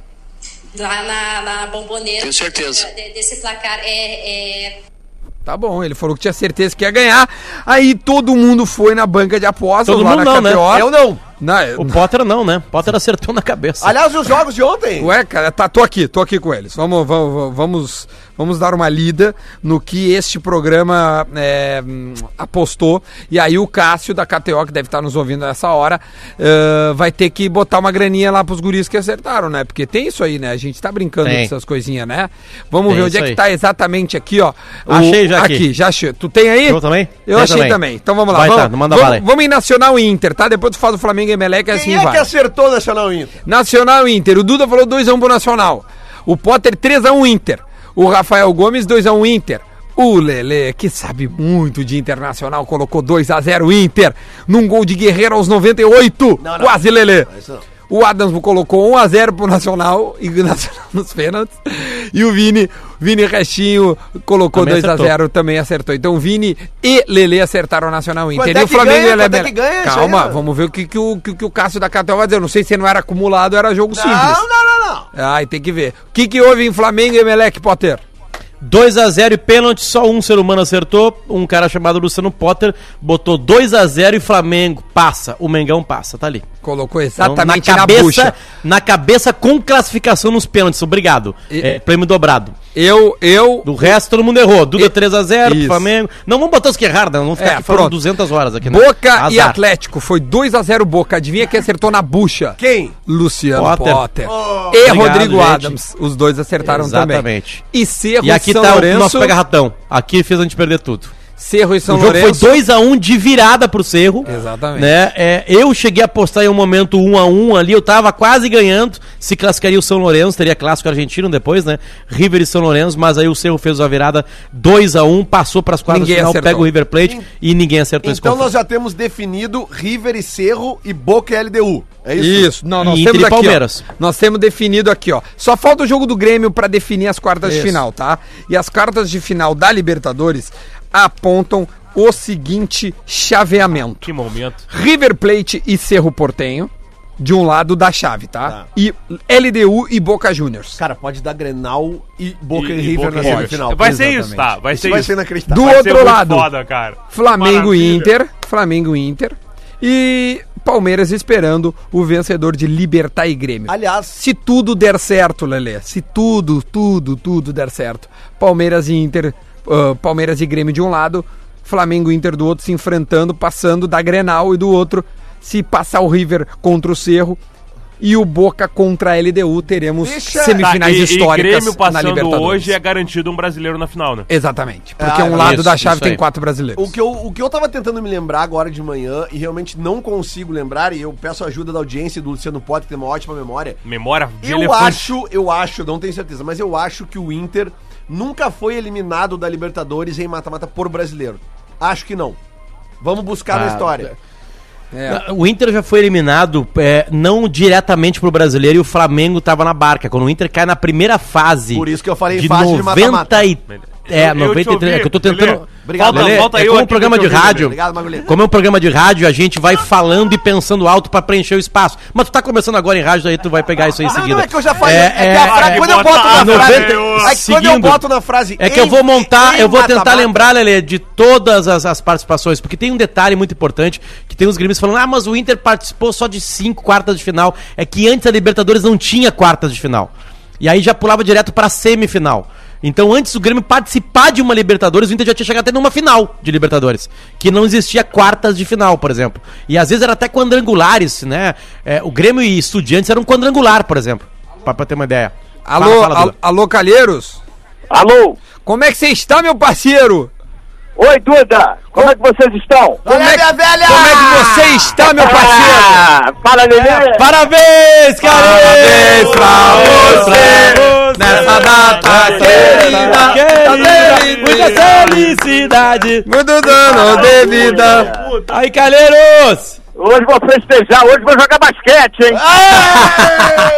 S8: lá na, na bomboneira.
S9: Tenho certeza.
S8: de- desse placar é, é
S7: Tá bom, ele falou que tinha certeza que ia ganhar. Aí todo mundo foi na banca de apostas
S3: Todo
S7: lá
S3: mundo não,
S7: na
S3: né?
S7: KTO.
S6: Eu não.
S7: Não, eu-
S3: O Potter não, né? Potter acertou na cabeça.
S6: Aliás, os jogos de ontem.
S7: Ué, cara, tá, tô aqui, tô aqui com eles. Vamos, vamos, vamos, vamos dar uma lida no que este programa é, hum, apostou. E aí o Cássio da KTO, que deve estar nos ouvindo nessa hora, eh, vai ter que botar uma graninha lá pros guris que acertaram, né? Porque tem isso aí, né? A gente tá brincando
S3: Tem.
S7: com essas coisinhas, né? Vamos
S3: Tem
S7: ver onde
S3: isso
S7: é que
S3: aí.
S7: tá exatamente aqui, ó. O-
S3: Achei já aqui.
S7: já achei. Tu tem aí?
S3: Eu também?
S7: Eu
S3: Tem
S7: achei também.
S3: também.
S7: Então vamos lá.
S3: Vai
S7: vamos,
S3: tá, manda
S7: vamos,
S3: bala aí.
S7: vamos em Nacional e Inter, tá? Depois tu fala do Flamengo e Emelec, assim
S6: Quem é
S7: vai.
S6: que acertou o Nacional Inter?
S7: Nacional e Inter. O Duda falou 2x1 pro Nacional. O Potter 3x1 Inter. O Rafael Gomes 2x1 Inter. O Lele, que sabe muito de internacional, colocou 2x0 Inter. Num gol de Guerreiro aos 98.
S6: Não, não.
S7: Quase Lele.
S6: isso não.
S7: O Adams colocou 1x0 pro Nacional e o Nacional nos pênaltis. E o Vini, Vini Restinho colocou
S3: Também
S7: 2x0, também acertou. Então Vini e Lele acertaram o Nacional e Inter.
S6: Quanto
S7: e
S6: é
S7: o
S6: que ganha?
S7: Lele,
S6: Quanto é
S7: Lele.
S6: que ganha isso aí,
S7: Calma,
S6: mano?
S7: vamos ver o que, que o, que, que o Cássio da Catel vai dizer. Eu não sei se não era acumulado, era jogo
S6: Não,
S7: simples.
S6: não, não, não.
S7: Ai, tem que ver. O que, que houve em Flamengo e Emelec, Potter?
S3: 2 a 0 e pênalti, só um ser humano acertou. Um cara chamado Luciano Potter botou 2 a 0 e Flamengo passa. O Mengão passa, tá ali.
S7: Colocou
S3: Então,
S7: exatamente
S3: na
S7: na
S3: cabeça,
S7: bucha.
S3: na cabeça com classificação nos pênaltis. Obrigado.
S7: E-
S3: É, prêmio dobrado.
S7: Eu, eu,
S3: Do resto todo mundo errou. Duda
S7: E-
S3: 3 a 0 pro
S7: Isso.
S3: Flamengo. Não vamos botar os que erraram, não. Vamos ficar
S7: É,
S3: aqui falando
S7: pronto.
S3: 200 horas aqui, né?
S7: Boca e
S3: Azar.
S7: Atlético. Foi 2x0 Boca. Adivinha quem acertou na bucha?
S6: Quem? Oh.
S7: Luciano Potter.
S3: Potter.
S7: e
S3: Obrigado,
S7: Rodrigo
S3: gente.
S7: Adams. Os dois acertaram também.
S3: Exatamente.
S7: E Cerro
S3: E aqui
S7: São
S3: tá o
S7: Lourenço.
S3: nosso pega-ratão. Aqui fez a gente perder tudo.
S7: Cerro e São
S3: o jogo
S7: Lourenço.
S3: foi 2x1 de virada pro Cerro.
S7: Exatamente.
S3: Né? É, eu cheguei a apostar em um momento 1x1 ali, eu tava quase ganhando. Se classificaria o São Lourenço, teria clássico argentino depois, né? River e São Lourenço, mas aí o Cerro fez a virada 2x1, passou pras quartas de
S7: Ninguém
S3: final,
S7: acertou.
S3: pega o River Plate e ninguém acertou esse
S6: Então
S3: confronto.
S6: nós já temos definido River e Cerro e Boca e LDU. É isso?
S7: Isso, não, nós
S3: E
S7: temos
S3: Inter e
S7: aqui,
S3: Palmeiras.
S7: ó. nós temos definido aqui, ó. Só falta o jogo do Grêmio pra definir as quartas de
S3: Isso.
S7: final, tá? E as quartas de final da Libertadores apontam o seguinte chaveamento.
S4: Que momento.
S7: River Plate e Cerro Portenho de um lado da chave, tá?
S6: Tá.
S7: E LDU e Boca Juniors.
S6: Cara, pode dar Grenal e Boca e, River
S4: Boca
S6: na
S4: e
S6: semifinal.
S4: Vai ser
S7: Exatamente.
S4: isso, tá? Vai ser
S6: vai
S4: isso.
S6: ser inacreditável.
S7: Do
S4: Vai ser
S7: outro
S4: muito
S7: lado,
S4: Foda, cara.
S7: Flamengo e
S4: Maravilha.
S7: Inter, Flamengo e Inter e Palmeiras esperando o vencedor de Libertar e Grêmio.
S6: Aliás,
S7: Se tudo der certo, Lelê, se tudo, tudo, tudo der certo, Palmeiras e Inter, ah, Palmeiras e Grêmio de um lado, Flamengo e Inter do outro se enfrentando, passando da Grenal e do outro, se passar o River contra o Cerro e o Boca contra a LDU, teremos
S6: Deixa-
S7: semifinais
S4: Tá, e-
S7: históricas
S4: E Grêmio
S7: na
S4: passando
S7: Libertadores.
S4: hoje é garantido um brasileiro na final, né?
S7: Exatamente, porque
S6: Ah,
S7: um lado
S3: isso,
S7: da chave
S3: isso
S7: tem
S3: aí.
S7: quatro brasileiros.
S6: O que, eu, o que eu tava tentando me lembrar agora de manhã e realmente não consigo lembrar, e eu peço a ajuda da audiência e do Luciano Potter, que tem uma ótima memória.
S4: Memória de
S6: Eu
S4: elefante.
S6: acho, eu acho, não tenho certeza, mas eu acho que o Inter nunca foi eliminado da Libertadores em mata-mata por brasileiro. Acho que não. Vamos buscar na história.
S7: É.
S3: O Inter já foi eliminado, é, não diretamente pro brasileiro, e o Flamengo tava na barca. Quando o Inter cai na primeira fase.
S6: Por isso que eu falei
S3: de
S6: fase de
S3: 90
S6: mata-mata.
S3: e, É,
S4: Eu- eu te
S3: 93. é
S4: ouvi,
S3: que eu tô tentando.
S4: Lelê.
S10: Obrigado,
S3: Lelê,
S10: Lelê.
S3: volta aí, é como um programa de rádio.
S10: Obrigado, Magulheta.
S3: Como é um programa de rádio, a gente vai falando e pensando alto pra preencher o espaço. Mas tu tá começando agora em rádio, aí tu vai pegar isso aí em
S10: Não,
S3: seguida.
S10: não, é que eu já falei.
S3: É,
S10: É, que a
S3: é,
S10: frase,
S3: é.
S10: quando eu boto na
S3: Ah,
S10: frase.
S3: 90
S10: É que quando eu
S3: seguindo.
S10: boto na frase.
S3: É que eu
S10: em-
S3: vou montar,
S10: em
S3: eu vou tentar
S10: mata-mata,
S3: lembrar, Lelê, de todas as, as participações, porque tem um detalhe muito importante, que tem uns gremistas falando, ah, mas o Inter participou só de cinco quartas de final, é que antes a Libertadores não tinha quartas de final, e aí já pulava direto pra semifinal. Então antes do Grêmio participar de uma Libertadores, o Inter já tinha chegado até numa final de Libertadores, que não existia quartas de final, por exemplo. E às vezes era até quadrangulares, né? É, o Grêmio e Estudiantes era um quadrangular, por exemplo, pra, pra ter uma ideia.
S7: Alô,
S3: Fala, fala,
S7: al-
S3: Duda.
S7: alô, Calheiros?
S11: Alô?
S7: Como é que você está, meu parceiro?
S11: Oi, Duda! Como é que vocês estão?
S7: Como é,
S10: minha
S7: que,
S10: velha!
S7: como é que você está, meu parceiro?
S11: Ah, fala, Lelê!
S3: Parabéns, Parabéns
S7: pra
S3: você nessa data
S7: querida, querida.
S3: felicidade.
S7: Muito dano de vida.
S3: Aí, Calheiros.
S11: Hoje vou festejar, hoje vou jogar basquete, hein?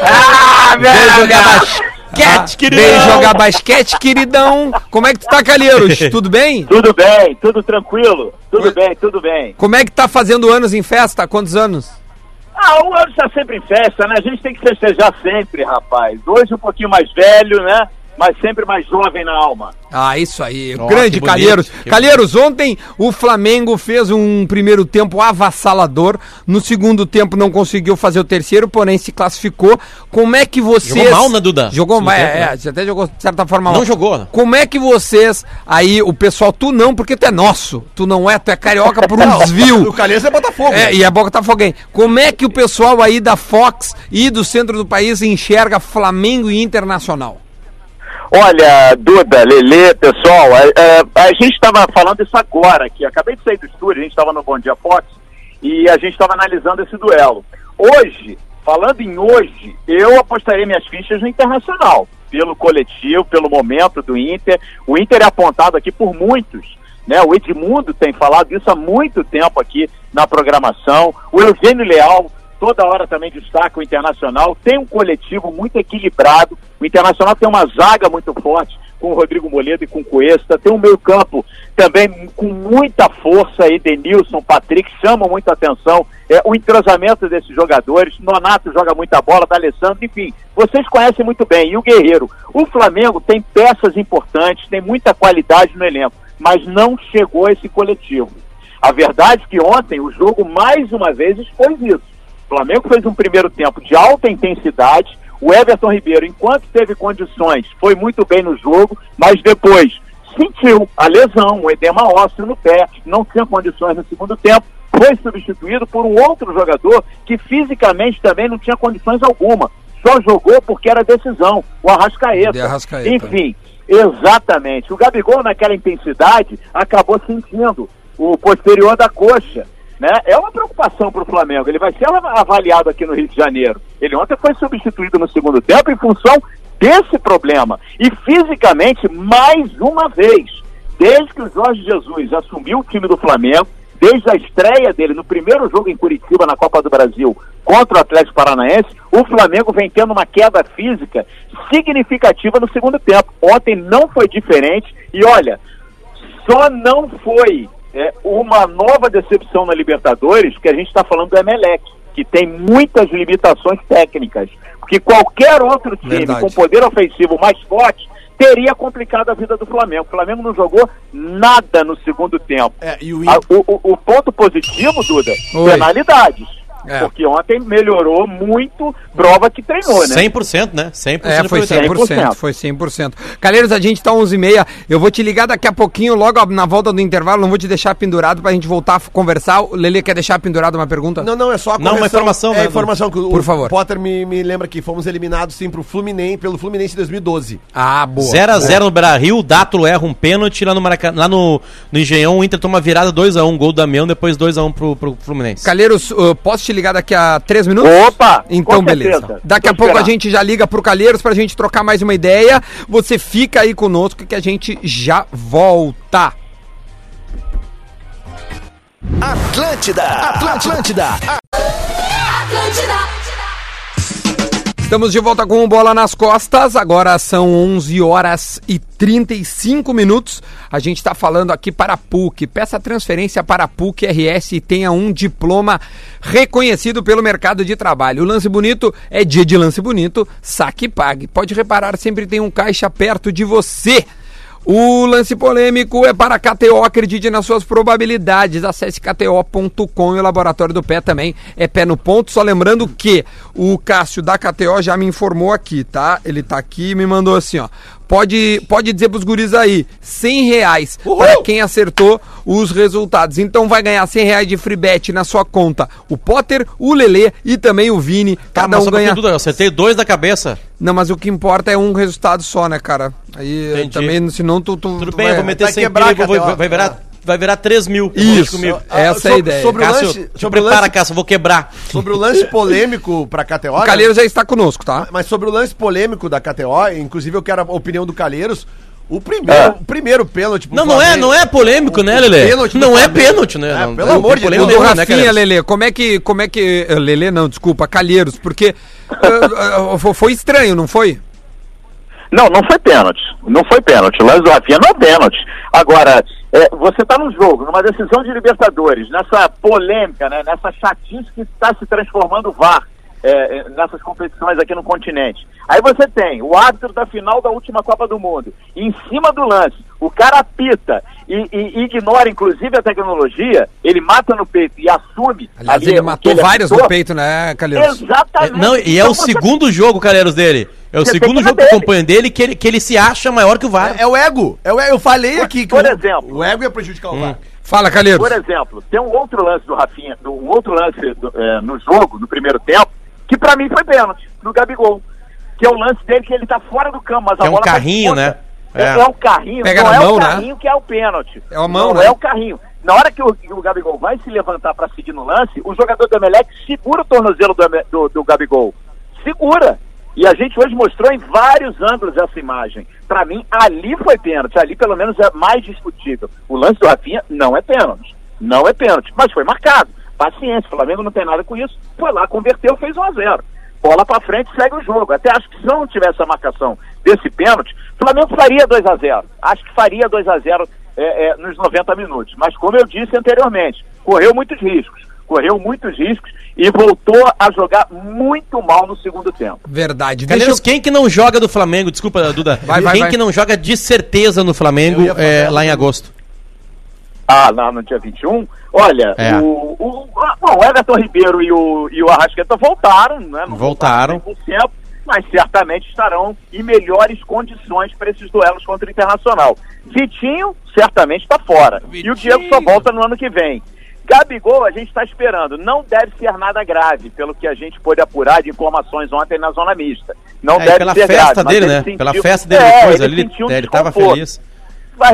S11: Ah,
S7: Vem
S11: velho!
S7: jogar basquete, queridão. Vem jogar basquete, queridão. Como é que tu tá, Calheiros? Tudo bem?
S11: Tudo bem, tudo tranquilo? Tudo bem, tudo bem.
S7: Como é que tá fazendo anos em festa? Quantos anos?
S11: Ah, o ano está sempre em festa, né? A gente tem que festejar sempre, rapaz. Hoje um pouquinho mais velho, né? Mas sempre mais jovem na alma.
S7: Ah, isso aí.
S3: Ó,
S7: Grande
S3: que bonito,
S7: Calheiros.
S3: que
S7: Calheiros, ontem o Flamengo fez um primeiro tempo avassalador. No segundo tempo não conseguiu fazer o terceiro, porém se classificou. Como é que vocês.
S3: Jogou mal, né, Duda?
S7: Jogou
S3: Segundo
S7: mal,
S3: tempo,
S7: é,
S3: né?
S7: é, até jogou de certa forma
S3: Não
S7: mal.
S3: jogou, né?
S7: Como é que vocês. Aí, o pessoal, tu não, porque tu é nosso. Tu não é, tu é carioca por um desvio.
S6: O Calheiros é Botafogo.
S3: né?
S7: É, e a Boca tá foguém. Como é que o pessoal aí da Fox e do centro do país enxerga Flamengo e Internacional?
S11: Olha, Duda, Lelê, pessoal, é, é, a, gente estava falando isso agora aqui. Acabei de sair do estúdio, a gente estava no Bom Dia Fox e a gente estava analisando esse duelo. Hoje, falando em hoje, eu apostaria minhas fichas no Internacional, pelo coletivo, pelo momento do Inter. O Inter é apontado aqui por muitos. Né? O Edmundo tem falado isso há muito tempo aqui na programação. O Eugênio Leal toda hora também destaca o Internacional. Tem um coletivo muito equilibrado. O Internacional tem uma zaga muito forte com o Rodrigo Moledo e com o Cuesta. Tem um meio-campo também com muita força. Edenilson, Patrick chamam muita atenção. É, o entrosamento desses jogadores. Nonato joga muita bola, D'Alessandro, enfim. Vocês conhecem muito bem. E o Guerreiro. O Flamengo tem peças importantes, tem muita qualidade no elenco, mas não chegou a esse coletivo. A verdade é que ontem o jogo mais uma vez expôs isso. O Flamengo fez um primeiro tempo de alta intensidade. O Everton Ribeiro, enquanto teve condições, foi muito bem no jogo, mas depois sentiu a lesão, o edema ósseo no pé, não tinha condições no segundo tempo. Foi substituído por um outro jogador que fisicamente também não tinha condições alguma. Só jogou porque era decisão, o Arrascaeta.
S7: De Arrascaeta.
S11: Enfim, exatamente. O Gabigol, naquela intensidade, acabou sentindo o posterior da coxa. Né? É uma preocupação para o Flamengo. Ele vai ser av- avaliado aqui no Rio de Janeiro. Ele ontem foi substituído no segundo tempo em função desse problema. E fisicamente, mais uma vez, desde que o Jorge Jesus assumiu o time do Flamengo, desde a estreia dele no primeiro jogo em Curitiba na Copa do Brasil contra o Atlético Paranaense, o Flamengo vem tendo uma queda física significativa no segundo tempo. Ontem não foi diferente e olha, só não foi é, uma nova decepção na Libertadores que a gente está falando do Emelec, que tem muitas limitações técnicas. Porque qualquer outro time
S7: Verdade.
S11: com poder ofensivo mais forte teria complicado a vida do Flamengo. O Flamengo não jogou nada no segundo tempo.
S6: É, e o
S11: Ah, o, o- o ponto positivo, Duda,
S7: Oi.
S11: penalidades.
S7: É.
S11: Porque ontem melhorou muito, prova que treinou, né?
S3: 100%, né? 100%
S7: É, foi
S3: aproveitamento.
S7: 100%,
S11: 100%.
S7: foi 100%. Calheiros, a gente tá 11h30, eu vou te ligar daqui a pouquinho, logo na volta do intervalo, não vou te deixar pendurado pra gente voltar a f- conversar. O Lele quer deixar pendurado uma pergunta?
S6: Não, não, é só a
S3: Não, uma
S6: correção.
S3: informação,
S6: É
S3: né,
S6: informação que o,
S7: Por favor.
S6: o Potter me, me lembra que fomos eliminados sim pro Fluminense, pelo Fluminense em 2012.
S7: Ah, boa.
S3: 0x0 no Beira-Rio, o Dátulo erra um pênalti lá no Maracanã, lá no, no Engenhão, o Inter toma virada 2x1, gol do Damião, depois 2x1 pro, pro Fluminense.
S7: Calheiros, uh, posso te ligar daqui a três minutos?
S11: Opa!
S7: Então,
S11: com certeza.
S7: beleza. Daqui a
S11: Vou
S7: pouco a
S11: esperar.
S7: gente já liga pro Calheiros pra gente trocar mais uma ideia. Você fica aí conosco que a gente já volta.
S10: Atlântida! Atlântida!
S8: Atlântida.
S7: Estamos de volta com o Bola nas Costas, agora são 11 horas e 35 minutos. A gente está falando aqui para a PUC. Peça transferência para a PUC RS e tenha um diploma reconhecido pelo mercado de trabalho. O lance bonito é dia de lance bonito, saque e pague. Pode reparar, sempre tem um caixa perto de você. O lance polêmico é para a KTO, acredite nas suas probabilidades. Acesse KTO.com e o laboratório do pé também é pé no ponto. Só lembrando que o Cássio da KTO já me informou aqui, tá? Ele tá aqui e me mandou assim, ó. Pode, pode dizer pros guris aí, 100 reais para quem acertou os resultados. Então vai ganhar 100 reais de free bet na sua conta. O Potter, o Lelê e também o Vini.
S3: Cara, Tá,
S7: Cada
S3: mas
S7: um
S3: só pra ter
S7: ganha
S3: tudo, eu acertei dois na cabeça.
S7: não, mas o que importa é um resultado só, né, cara? Aí
S3: Entendi.
S7: também, senão tu. tu
S3: Tudo
S7: tu
S3: bem,
S7: É, vai-
S3: eu vou meter
S6: vai
S3: 100
S6: quebrar
S3: pila, eu vou-
S6: a KTO.
S3: vai virar... Vai virar 3 mil.
S7: Isso,
S3: comigo.
S7: essa é a
S6: Ah, sobre-
S7: ideia.
S6: sobre o
S3: Cássio,
S6: lance-
S3: te
S6: sobre o
S3: prepara,
S6: lance-
S3: Cássio, eu vou quebrar.
S6: Sobre o lance polêmico pra KTO.
S7: O
S6: né?
S7: Calheiro já está conosco, tá?
S6: Mas sobre o lance polêmico da KTO, inclusive eu quero a opinião do Calheiros. O primeiro,
S11: É.
S6: o primeiro pênalti. pro
S3: Ah. Não, não é,
S6: Flamengo-
S3: não é polêmico, né, Lelê?
S6: pênalti do
S3: Não é
S6: Flamengo.
S3: pênalti, né?
S6: É,
S3: Não-
S6: pelo
S3: não
S6: amor
S3: tem
S6: de
S7: O
S3: polêmico
S6: Deus.
S7: do
S3: nenhum, né,
S7: Rafinha,
S3: cara?
S7: Lelê, como é que. Como é que. eh, Lelê, não, desculpa, Calheiros, porque. eh, eh, fo- foi estranho, não foi?
S11: Não, não foi pênalti. Não foi pênalti. O lance do Rafinha não é pênalti. Agora, é, você está num jogo, numa decisão de Libertadores, nessa polêmica, né, nessa chatice que está se transformando o VAR é, é, nessas competições aqui no continente. Aí você tem o árbitro da final da última Copa do Mundo. E em cima do lance, o cara apita e, e ignora, inclusive, a tecnologia, ele mata no peito e assume.
S7: Aliás,
S11: ali
S7: ele
S11: o que
S7: matou vários
S11: apitou.
S7: no peito, né, Calheiros?
S3: É,
S11: Exatamente.
S3: não, e é
S11: Então
S3: o
S11: você-
S3: segundo jogo, Calheiros, dele. É o
S11: Você tem
S3: segundo
S11: que
S3: jogo que eu
S11: saber.
S3: acompanho dele que ele, que ele se acha maior que o VAR.
S6: É, é o ego. É o ego. Eu falei aqui que
S11: por
S6: o-
S11: exemplo.
S6: o ego ia prejudicar o VAR.
S7: Fala, Calheiros.
S11: Por exemplo, tem um outro lance do Rafinha, do- um outro lance do- é, no jogo, no primeiro tempo, que pra mim foi pênalti, no Gabigol. Que é o lance dele que ele tá fora do campo, mas a
S3: É um
S11: bola vai
S3: carrinho,
S11: contra.
S3: né?
S11: É.
S3: É.
S11: é um carrinho,
S7: Pega
S11: não
S7: na
S11: é
S7: mão,
S11: o
S7: né?
S11: carrinho que é o pênalti.
S7: É a mão,
S11: não
S7: né?
S11: é o carrinho. Na hora que o, que o Gabigol vai se levantar pra seguir no lance, o jogador do Emelec segura o tornozelo do, Eme- do- do Gabigol. Segura! E a gente hoje mostrou em vários ângulos essa imagem. Pra mim, ali foi pênalti. Ali, pelo menos, é mais discutível. O lance do Rafinha não é pênalti. Não é pênalti. Mas foi marcado. Paciência. O Flamengo não tem nada com isso. Foi lá, converteu, fez 1 a 0 Bola pra frente, segue o jogo. Até acho que se não tivesse a marcação desse pênalti, o Flamengo faria 2 a 0 Acho que faria 2 a 0 é, é, nos 90 minutos. Mas como eu disse anteriormente, correu muitos riscos. Correu muitos riscos e voltou a jogar muito mal no segundo tempo.
S7: Verdade. Deixa eu...
S3: Calheiros, quem que não joga do Flamengo? Desculpa, Duda.
S7: Vai, vai,
S3: quem
S7: vai.
S3: que não joga de certeza no Flamengo
S6: Eu ia falar
S3: é,
S6: dela.
S3: lá em agosto?
S11: Ah, lá no dia 21. Olha,
S3: É.
S11: o, o, ah, bom, o Everton Ribeiro e o, e o Arrasqueta voltaram, né? Não
S3: Voltaram.
S11: 100%, mas certamente estarão em melhores condições para esses duelos contra o Internacional. Vitinho certamente está fora. E o Diego só volta no ano que vem. Gabigol, a gente está esperando. Não deve ser nada grave, pelo que a gente pôde apurar de informações ontem na zona mista. Não
S3: É, e
S11: deve
S3: pela
S11: ser
S3: festa
S11: grave, mas
S3: dele,
S11: ele
S3: né?
S11: sentiu-
S3: Pela festa dele
S11: É,
S3: depois
S11: ele,
S3: ali,
S11: sentiu um
S3: é, ele tava
S11: desconforto.
S3: feliz.
S11: Vai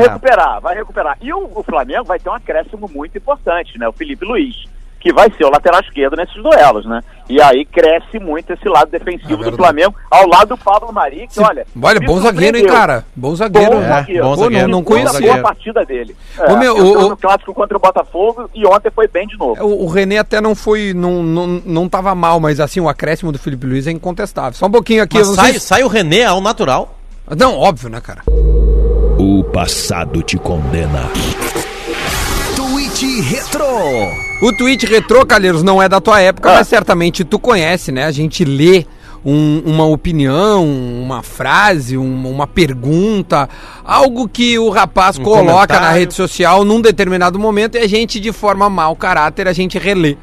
S7: É.
S3: Ah.
S11: recuperar, vai recuperar. E o, o Flamengo vai ter um acréscimo muito importante, né? O Felipe Luiz, que vai ser o lateral esquerdo nesses duelos, né? E aí cresce muito esse lado defensivo do Flamengo, ao lado do Pablo Mari, que olha.
S7: É Olha,
S11: me
S7: bom zagueiro, hein,
S11: surpreendeu.
S7: cara? Bom zagueiro.
S11: Bom
S7: né?
S11: zagueiro.
S3: bom
S11: Pô,
S3: zagueiro,
S7: não
S11: Não
S3: bom
S11: conheço
S7: conhecia.
S11: boa
S3: zagueiro.
S11: partida dele.
S7: Ô, meu,
S11: entrou
S7: o- o-
S11: no clássico contra o Botafogo e ontem foi bem de novo.
S7: O, o René até não foi, não, não, não tava mal, mas assim, o acréscimo do Felipe Luiz é incontestável. Só um pouquinho aqui,
S3: Mas
S7: eu não
S3: sai,
S7: sei se-
S3: sai o René ao natural.
S7: Não, óbvio, né, cara?
S10: O passado te condena. Tweet Retro.
S7: O tweet retrô, Calheiros, não é da tua época, mas certamente tu conhece, né? A gente lê um- uma opinião, uma frase, um- uma pergunta, algo que o rapaz coloca na
S3: comentário.
S7: rede social num determinado momento e a gente, de forma mau caráter, a gente relê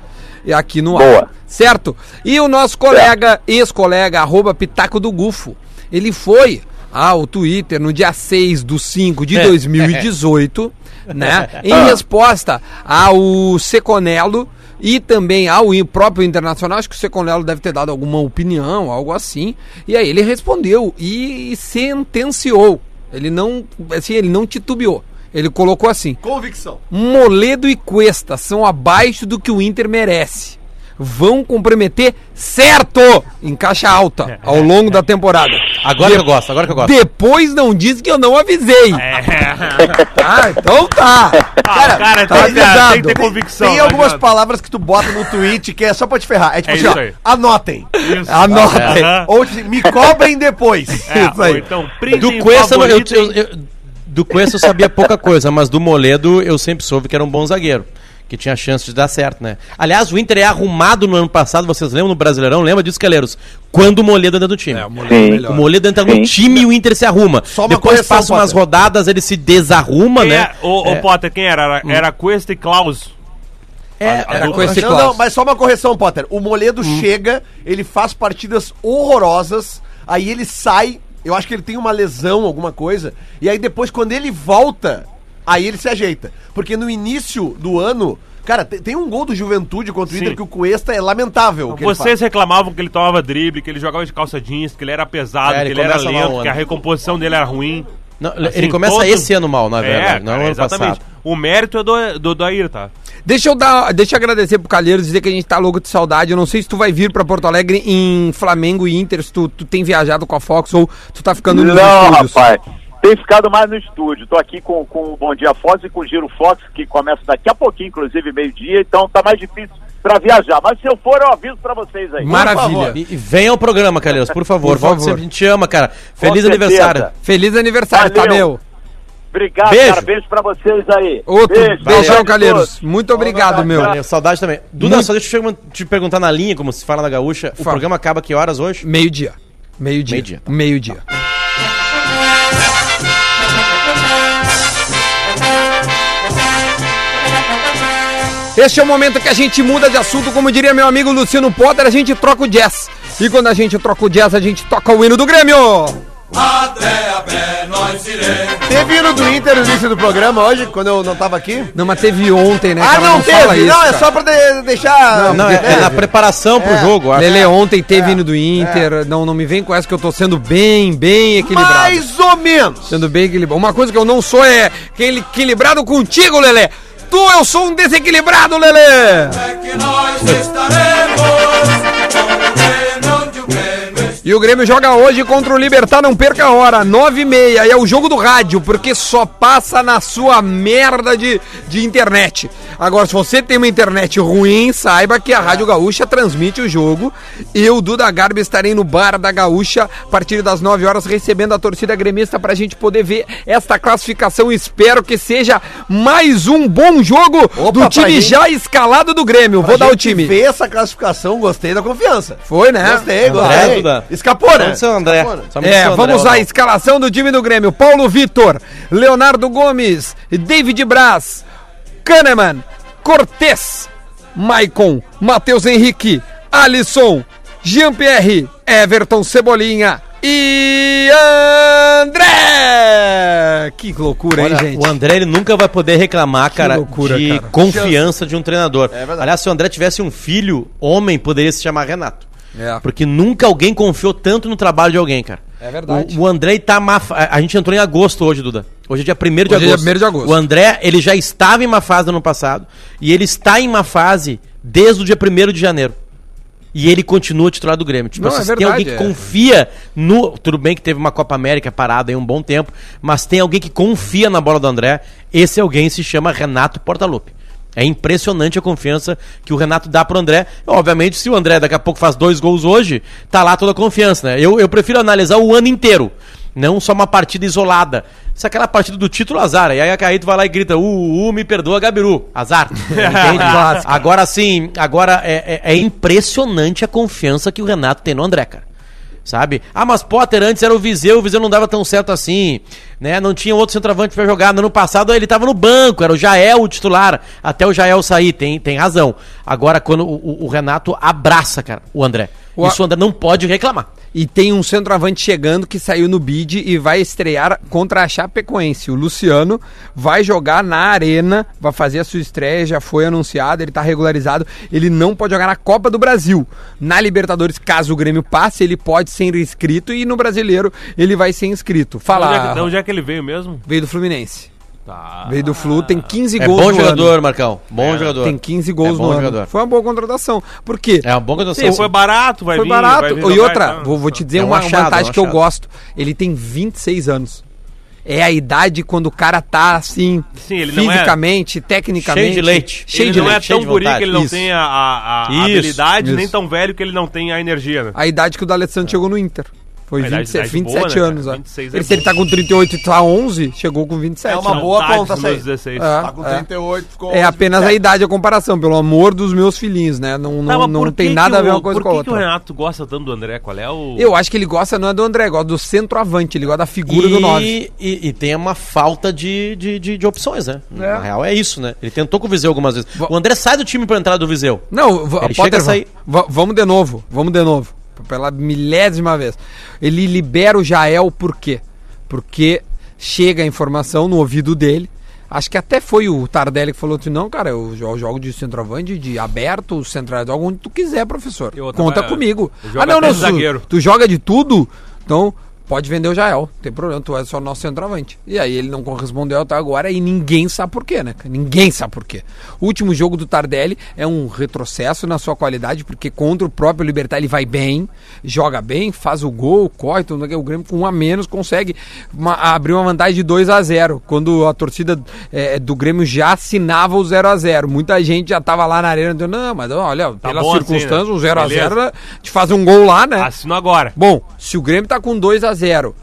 S7: E aqui no ar.
S11: Boa.
S7: Certo? E o nosso colega, ex-colega, arroba Pitaco do Gufo, ele foi ao Twitter no dia 6 do 5 de 2018, né? Em resposta ao Seconello e também ao i- próprio Internacional, acho que o Seconello deve ter dado alguma opinião, algo assim. E aí ele respondeu e sentenciou. Ele não, assim, ele não titubeou. Ele colocou assim:
S6: Convicção.
S7: Moledo e Cuesta são abaixo do que o Inter merece. Vão comprometer certo em caixa alta ao longo da temporada.
S3: Agora que eu gosto, agora que eu gosto.
S7: Depois não diz que eu não avisei.
S4: É.
S7: Ah, então tá.
S4: Cara, Ah, cara
S7: tá
S4: É, tem, que ter-
S7: avisado.
S4: tem que ter convicção. tá
S6: Tem
S4: não
S6: algumas
S4: adianta.
S6: palavras que tu bota no tweet que é só pra te ferrar. É tipo
S4: É
S6: assim,
S4: isso
S6: ó,
S4: aí.
S6: anotem.
S4: Isso.
S3: é
S7: Anotem.
S4: Aham.
S6: Ou tipo assim, me cobrem depois.
S4: É,
S7: Isso aí.
S4: ou então, printem,
S3: Do Cuesta, eu,
S4: favoritem.
S3: eu- eu- do Cuesta eu sabia pouca coisa, mas do Moledo eu sempre soube que era um bom zagueiro. Que tinha chance de dar certo, né? Aliás, o Inter é arrumado no ano passado, vocês lembram no Brasileirão? Lembra disso, Caleiros? Quando o Moledo entra no time.
S7: É
S11: Sim.
S3: É, O Moledo entra no
S11: Sim.
S3: time e o Inter se arruma.
S6: Só uma
S3: Depois
S6: correção,
S3: passa umas
S6: Potter.
S3: rodadas, ele se desarruma,
S4: Quem
S3: né?
S4: é-
S3: Hum.
S4: Ô, ô, Potter, quem era? Era, era Cuesta e Klaus.
S3: é,
S7: Era com esse
S6: Não, não, mas só uma correção, Potter. O Moledo chega, ele faz partidas horrorosas, aí ele sai, eu acho que ele tem uma lesão, alguma coisa, e aí depois, quando ele volta, aí ele se ajeita. Porque no início do ano, cara, te- tem um gol do Juventude contra o
S4: Sim.
S6: Inter que o Cuesta é lamentável. o que ele
S4: Vocês
S6: faz.
S4: reclamavam que ele tomava drible, que ele jogava de calça jeans, que ele era pesado,
S3: É, ele
S4: que ele era
S3: começa mal,
S4: lento,
S3: né?
S4: que a recomposição dele era ruim.
S3: Não, ele
S4: Assim,
S3: começa
S4: todos-
S3: esse ano mal, na verdade,
S4: É,
S3: não
S4: cara,
S3: ano
S4: exatamente.
S3: passado.
S4: O mérito é do, do Daír, tá?
S7: Deixa eu dar, deixa eu agradecer pro Calheiros dizer que a gente tá louco de saudade. Eu não sei se tu vai vir pra Porto Alegre em Flamengo e Inter, se tu, tu tem viajado com a Fox ou tu tá ficando nos
S11: Não,
S7: estúdios.
S11: rapaz. Tem ficado mais no estúdio. Tô aqui com, com o Bom Dia Fox e com o Giro Fox, que começa daqui a pouquinho, inclusive meio-dia, então tá mais difícil pra viajar. Mas se eu for, eu aviso pra vocês aí.
S7: Maravilha.
S3: E, e venha ao programa, Calheiros, por favor.
S7: Por
S3: Volte
S7: favor.
S3: sempre, a gente te ama, cara. Feliz
S11: certeza.
S3: aniversário.
S7: Feliz aniversário, tá
S11: Valeu.
S7: meu?
S11: Obrigado,
S3: Beijo.
S11: cara. Beijo pra vocês aí.
S7: Outro beijão,
S11: abraço a
S7: Calheiros.
S11: todos.
S7: Muito obrigado, meu.
S3: Valeu, saudade também. Duda,
S7: Muito-
S3: só deixa eu te pergun- te perguntar na linha, como se fala na gaúcha. O
S7: Fala.
S3: programa acaba que horas hoje?
S7: Meio-dia. Meio-dia.
S3: Meio-dia, tá.
S7: Meio-dia. Este é o momento que a gente muda de assunto, como diria meu amigo Luciano Potter, a gente troca o jazz. E quando a gente troca o jazz, a gente toca o hino do Grêmio.
S6: Teve hino do Inter no início do programa hoje, quando eu não tava aqui?
S7: Não, mas teve ontem, né?
S6: Ah,
S7: cara?
S6: não,
S7: fala
S6: teve! não, é
S7: cara.
S6: só pra de- deixar.
S3: Não, é, é na preparação pro jogo, eu acho.
S7: Lele, ontem
S6: É,
S7: teve hino do Inter. Não, não me vem com essa que eu tô sendo bem, bem equilibrado.
S6: Mais ou menos!
S7: Sendo bem equilibrado. Uma coisa que eu não sou é aquele equilibrado contigo, Lelê. Tu, eu sou um desequilibrado, Lelê. E o Grêmio joga hoje contra o Libertar, não perca a hora, nove e meia, e é o jogo do rádio, porque só passa na sua merda de, de internet. Agora, se você tem uma internet ruim, saiba
S6: É.
S7: que a Rádio Gaúcha transmite o jogo. Eu, Duda Garbi, estarei no Bar da Gaúcha a partir das nove horas, recebendo a torcida gremista pra gente poder ver esta classificação. Espero que seja mais um bom jogo
S6: Opa,
S7: do
S6: pra
S7: time
S6: gente-
S7: já escalado do Grêmio. Vou dar o time.
S6: Ver essa classificação, gostei da confiança.
S7: Foi, né?
S6: Gostei,
S3: André,
S6: gostei.
S3: Duda.
S6: Escapou, né?
S3: Só seu André.
S6: Escapou, né?
S3: Só me diz
S7: É,
S3: seu André,
S7: vamos à
S3: Oswaldo.
S7: escalação do time do Grêmio. Paulo Vitor, Leonardo Gomes, David Braz, Kahneman, Cortez, Maicon, Matheus Henrique, Alisson, Jean-Pierre, Everton Cebolinha e André! Que loucura, hein, gente?
S3: O André ele nunca vai poder reclamar, cara,
S7: loucura,
S3: de
S7: cara.
S3: confiança de um treinador.
S6: verdade.
S3: Aliás, se o André tivesse um filho homem, poderia se chamar Renato.
S7: É.
S3: Porque nunca alguém confiou tanto no trabalho de alguém, cara.
S7: É verdade.
S3: O, o André tá má. fa- A a gente entrou em agosto hoje, Duda. Hoje é dia 1 de,
S7: Hoje é dia
S3: agosto.
S7: 1º de agosto.
S3: O André, ele já estava em uma fase no ano passado. E ele está em uma fase desde o dia 1 de janeiro. E ele continua titular do Grêmio. Tipo,
S7: Não,
S3: assim,
S7: é
S3: se tem
S7: verdade,
S3: alguém que
S7: é.
S3: confia no. Tudo bem que teve uma Copa América parada aí um bom tempo, mas tem alguém que confia na bola do André. Esse alguém se chama Renato Portaluppi. É impressionante a confiança que o Renato dá pro André. Obviamente, se o André daqui a pouco faz dois gols hoje, tá lá toda a confiança, né? Eu, eu prefiro analisar o ano inteiro, não só uma partida isolada. Se aquela partida do título, azar. E aí, aí tu vai lá e grita, uh, uh me perdoa, Gabiru. Azar. Entende? agora sim, agora é, é- é impressionante a confiança que o Renato tem no André, cara sabe? Ah, mas Potter antes era o Viseu, o Viseu não dava tão certo assim, né? Não tinha outro centroavante pra jogar. No ano passado ele tava no banco, era o Jael o titular, até o Jael sair, tem, tem razão. Agora quando o, o- o Renato abraça, cara, o André.
S7: O-
S3: Isso o André não pode reclamar.
S7: E tem um centroavante chegando que saiu no bid e vai estrear contra a Chapecoense. O Luciano vai jogar na Arena, vai fazer a sua estreia, já foi anunciado, ele tá regularizado. Ele não pode jogar na Copa do Brasil. Na Libertadores, caso o Grêmio passe, ele pode ser inscrito e no Brasileiro ele vai ser inscrito.
S4: Onde é, que-
S7: Fala,
S4: onde é que ele veio mesmo?
S7: veio do Fluminense. Veio do Flu, tem 15
S3: É
S7: gols
S3: bom
S7: no
S3: jogador,
S7: ano.
S3: Marcão. Bom jogador.
S7: Tem 15 gols
S3: É bom
S7: no ano.
S3: jogador.
S7: Foi uma boa contratação. Por quê?
S3: É um bom jogador.
S4: Sim, foi barato, vai
S7: Foi
S4: vir, vai
S7: barato.
S4: vir
S7: e
S4: jogar Ah,
S7: outra,
S4: tal.
S7: vou, vou te dizer
S3: É um
S7: uma
S3: achado,
S7: vantagem
S3: um
S7: que eu
S3: achado.
S7: gosto. Ele tem 26 anos. É a idade quando o cara tá assim,
S4: Sim, ele não é-
S7: fisicamente, tecnicamente.
S3: Cheio de leite.
S7: Cheio
S4: ele
S7: de
S4: não
S7: leite.
S4: é tão
S3: de
S4: guri
S3: vontade.
S4: que ele não
S7: Isso.
S4: tem a, a- a
S3: Isso,
S4: habilidade, nem
S7: isso.
S4: tão velho que ele não tem a energia. né?
S7: A idade que o D'Alessandro chegou no Inter. Foi
S4: A idade-
S7: 27,
S4: idade boa,
S7: 27
S4: né, cara?
S7: anos. ó.
S4: 26 é
S7: ele, se ele
S4: bom.
S7: tá com 38 e tá 11, chegou com 27.
S6: É uma
S7: né?
S6: boa
S4: Saudades
S6: conta
S4: dos
S6: essa aí.
S4: meus 16.
S7: É,
S6: Tá com
S7: é.
S6: 38, ficou.
S7: É apenas a idade a comparação, pelo amor dos meus filhinhos, né? Não, não,
S4: Tá, mas por
S7: não
S4: que
S7: tem
S4: que
S7: nada a ver
S4: o-
S7: uma coisa
S4: por
S7: com a
S4: que que o
S7: outra.
S4: Renato gosta tanto do André? Qual é o...
S7: Eu acho que ele gosta não é do André, gosta do centroavante, ele gosta da figura do 9.
S3: E, e tem uma falta de, de, de, de opções, né? Na real é isso, né? Ele tentou com o Viseu algumas vezes.
S7: Vo-
S3: O André sai do time pra entrar do Viseu.
S7: Não, v-
S3: Ele chega
S7: Potter,
S3: a sair-
S7: va- va- vamos de novo, vamos de novo. Pela milésima vez. Ele libera o Jael por quê? Porque chega a informação no ouvido dele. Acho que até foi o Tardelli que falou assim, não, cara, eu jo- eu jogo de centroavante, de aberto, centralizado, onde tu quiser, professor.
S4: Eu
S7: Conta
S4: trabalho-
S7: comigo. "Ah,
S4: eu jogo até de
S7: tu-
S4: zagueiro.
S7: Tu joga de tudo, então pode vender o Jael, não tem problema, tu é só nosso centroavante. E aí ele não correspondeu até agora e ninguém sabe por quê, né? cara? Ninguém sabe por quê. O último jogo do Tardelli é um retrocesso na sua qualidade, porque contra o próprio Libertar ele vai bem, joga bem, faz o gol, corre, tudo, o Grêmio com um a menos consegue uma- abrir uma vantagem de 2 a 0 quando a torcida eh, do Grêmio já assinava o 0 a 0 Muita gente já tava lá na arena dizendo, não, mas olha, pelas
S4: bom assim,
S7: circunstâncias,
S4: né?
S7: um 0 a 0
S4: Beleza.
S7: te faz um gol lá, né?
S4: Assino agora.
S7: Bom, se o Grêmio tá com 2 a 0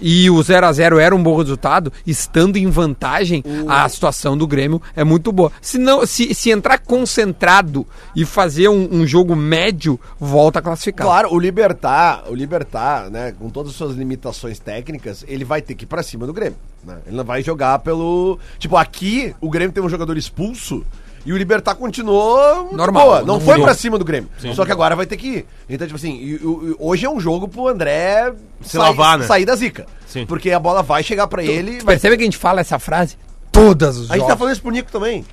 S7: e o 0 a 0 era um bom resultado, estando em vantagem, a situação do Grêmio é muito boa. Se, não, se, se entrar concentrado e fazer um, um jogo médio, volta a classificar.
S6: É, Claro, o Libertar, o Libertar, né, com todas as suas limitações técnicas, ele vai ter que ir pra cima do Grêmio, né? Ele não vai jogar pelo... Tipo, aqui o Grêmio tem um jogador expulso e o Libertar continuou de
S7: Normal,
S6: boa. Não,
S7: não
S6: foi
S7: mudou.
S6: pra cima do Grêmio. Só que agora vai ter que ir. Então, tipo assim, e- e- e hoje é um jogo pro André
S4: Se lavar, né?
S6: sair da zica.
S4: Sim.
S6: Porque a bola vai chegar pra ele...
S7: Tu
S6: Vai...
S7: Percebe que a gente fala essa frase? Todas os
S6: A gente
S7: jogos.
S6: tá falando isso pro Nico também.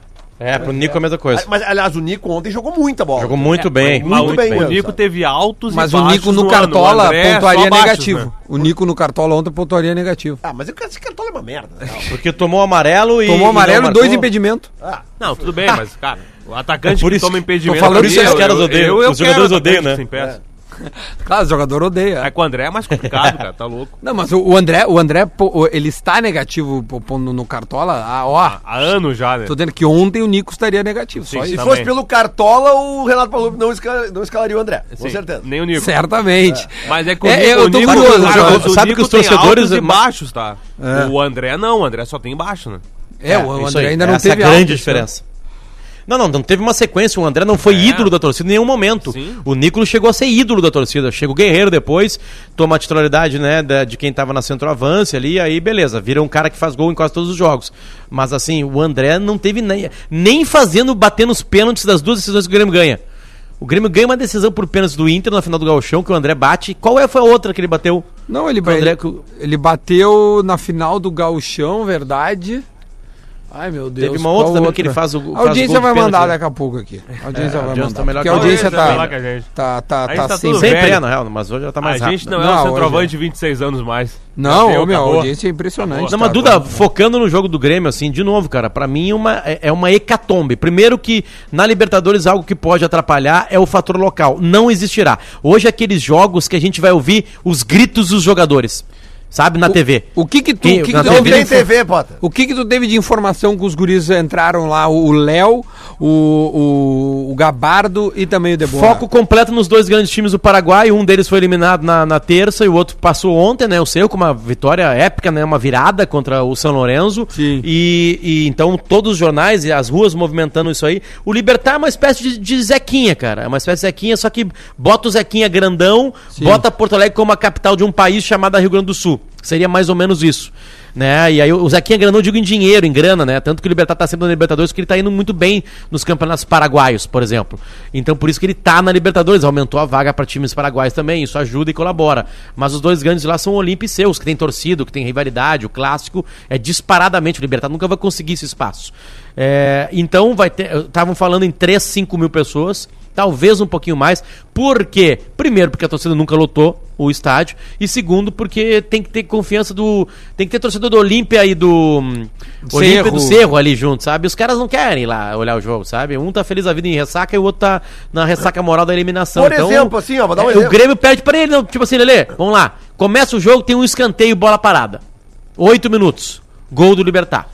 S3: É, pro Nico é a mesma coisa.
S6: Mas, aliás, o Nico ontem jogou muita bola.
S3: Jogou É, muito bem.
S6: muito
S4: Mas o-
S6: bem,
S4: O
S6: Anderson.
S4: Nico teve altos
S7: Mas
S4: e
S7: o
S4: baixos
S7: Nico no
S4: ano. O
S7: Cartola
S4: André é só
S7: pontuaria
S4: baixos,
S7: negativo.
S4: né?
S7: O Nico no Cartola ontem pontuaria negativo.
S6: Ah, mas eu quero esse cartão é uma merda. né?
S3: Porque tomou amarelo e.
S7: Tomou amarelo e dois
S3: impedimentos.
S7: impedimentos.
S6: Ah,
S4: Não, tudo bem, mas, cara, o atacante
S3: É por
S4: que
S3: isso
S4: toma
S3: que-
S4: impedimento...
S7: tô falando isso, os
S3: caras odeiam, os jogadores odeiam, né?
S7: Claro, o jogador odeia.
S4: Aí com o André é mais complicado, cara, tá louco.
S7: Não, mas o, o André, o André pô, ele está negativo pô, pô, no, no Cartola. Ah, ó,
S4: Há anos já, né?
S7: Tô dizendo que ontem o Nico estaria negativo, só
S4: sim.
S7: isso.
S6: Se
S4: Também.
S6: fosse pelo Cartola, o Renato Palop não, esca- não escalaria o André, com
S4: Sim,
S6: certeza.
S4: Nem o Nico.
S7: Certamente.
S4: Mas é que
S7: É, eu tô
S4: Nico,
S7: curioso,
S4: cara,
S7: sabe?
S4: mas o
S3: Sabe
S4: Nico
S3: que os
S4: tem
S3: torcedores-
S4: altos e baixos, tá? O André não, o André só tem baixo, né?
S7: É, o
S3: Isso
S7: André
S3: aí.
S7: ainda não
S3: Essa
S7: teve né?
S3: é a grande
S7: alta,
S3: diferença. Não, não, não teve uma sequência. O André não foi
S4: É.
S3: ídolo da torcida em nenhum momento.
S4: Sim.
S3: O Nicolas chegou a ser ídolo da torcida. Chega o Guerreiro depois, toma a titularidade né, da- de quem tava na centroavance ali, aí beleza, vira um cara que faz gol em quase todos os jogos. Mas assim, o André não teve nem, nem fazendo, batendo os pênaltis das duas decisões que o Grêmio ganha. O Grêmio ganha uma decisão por pênaltis do Inter na final do Gauchão, que o André bate. Qual é, foi a outra que ele bateu?
S7: Não, ele,
S3: O André
S7: ele,
S3: que-
S7: ele bateu na final do Gauchão, verdade. Ai, meu Deus.
S3: Teve uma
S7: qual
S3: outra também que ele faz o-
S7: A
S3: faz
S7: audiência
S3: o gol de
S7: vai
S3: pênalti,
S7: mandar
S3: né?
S7: daqui a pouco aqui. A audiência
S3: a
S7: vai
S3: audiência
S7: mandar.
S3: tá melhor que
S7: porque a
S3: a
S7: audiência
S4: audiência,
S7: tá,
S4: melhor que a gente.
S7: tá, tá,
S4: Aí
S7: tá
S4: tá
S7: sem...
S4: tudo
S7: sem-
S4: bem.
S3: Sempre
S4: velho.
S3: é, na real, mas hoje já tá
S4: A
S3: mais
S4: gente
S3: rápido.
S4: não,
S7: Não,
S4: é
S7: hoje
S4: um centroavante de 26 anos mais.
S7: Não,
S4: Deu,
S7: meu, a
S4: acabou.
S7: audiência é impressionante.
S3: Não, mas
S7: tá
S3: Duda,
S7: doido.
S3: focando no jogo do Grêmio, assim, de novo, cara, pra mim uma, é é uma hecatombe. Primeiro que na Libertadores algo que pode atrapalhar é o fator local. Não existirá. Hoje é aqueles jogos que a gente vai ouvir os gritos dos jogadores, sabe, na TV.
S7: O que que tu...
S3: Sim,
S7: o que
S3: na
S7: que tu
S6: Não
S3: TV
S6: tem
S7: teve de-
S6: TV, Potter.
S7: O que que tu teve de informação que os guris entraram lá? O Léo, o, o, o Gabardo e também o Deboa.
S3: Foco completo nos dois grandes times do Paraguai. Um deles foi eliminado na, na terça e o outro passou ontem, né? O seu, com uma vitória épica, né? Uma virada contra o São Lourenço.
S7: Sim.
S3: E, e então todos os jornais e as ruas movimentando isso aí. O Libertar é uma espécie de, de Zequinha, cara. É uma espécie de Zequinha, só que bota o Zequinha grandão, bota Porto Alegre como a capital de um país chamado Rio Grande do Sul. Seria mais ou menos isso. Né? E aí o Zequinha grandão, eu digo em dinheiro, em grana, né? Tanto que o Libertar tá sempre na Libertadores, porque ele tá indo muito bem nos campeonatos paraguaios, por exemplo. Então por isso que ele tá na Libertadores, aumentou a vaga para times paraguaios também, isso ajuda e colabora. Mas os dois grandes lá são o Olímpio e Seus, que tem torcido, que tem rivalidade, o clássico é disparadamente o Libertar, nunca vai conseguir esse espaço. É, então vai ter. Estavam falando em 3, 5 mil pessoas, talvez um pouquinho mais. Por quê? Primeiro, porque a torcida nunca lotou. o estádio. E segundo, porque tem que ter confiança do. Tem que ter torcedor do Olímpia e do. hum, Olímpia e do Cerro ali junto, sabe? Os caras não querem ir lá olhar o jogo, sabe? Um tá feliz a vida em ressaca e o outro tá na ressaca moral da eliminação.
S6: Por exemplo, assim, ó, vou dar um
S3: é,
S6: exemplo.
S3: O Grêmio perde pra ele, não. tipo assim, Lelê, vamos lá. Começa o jogo, tem um escanteio, bola parada. Oito minutos. Gol do Libertar.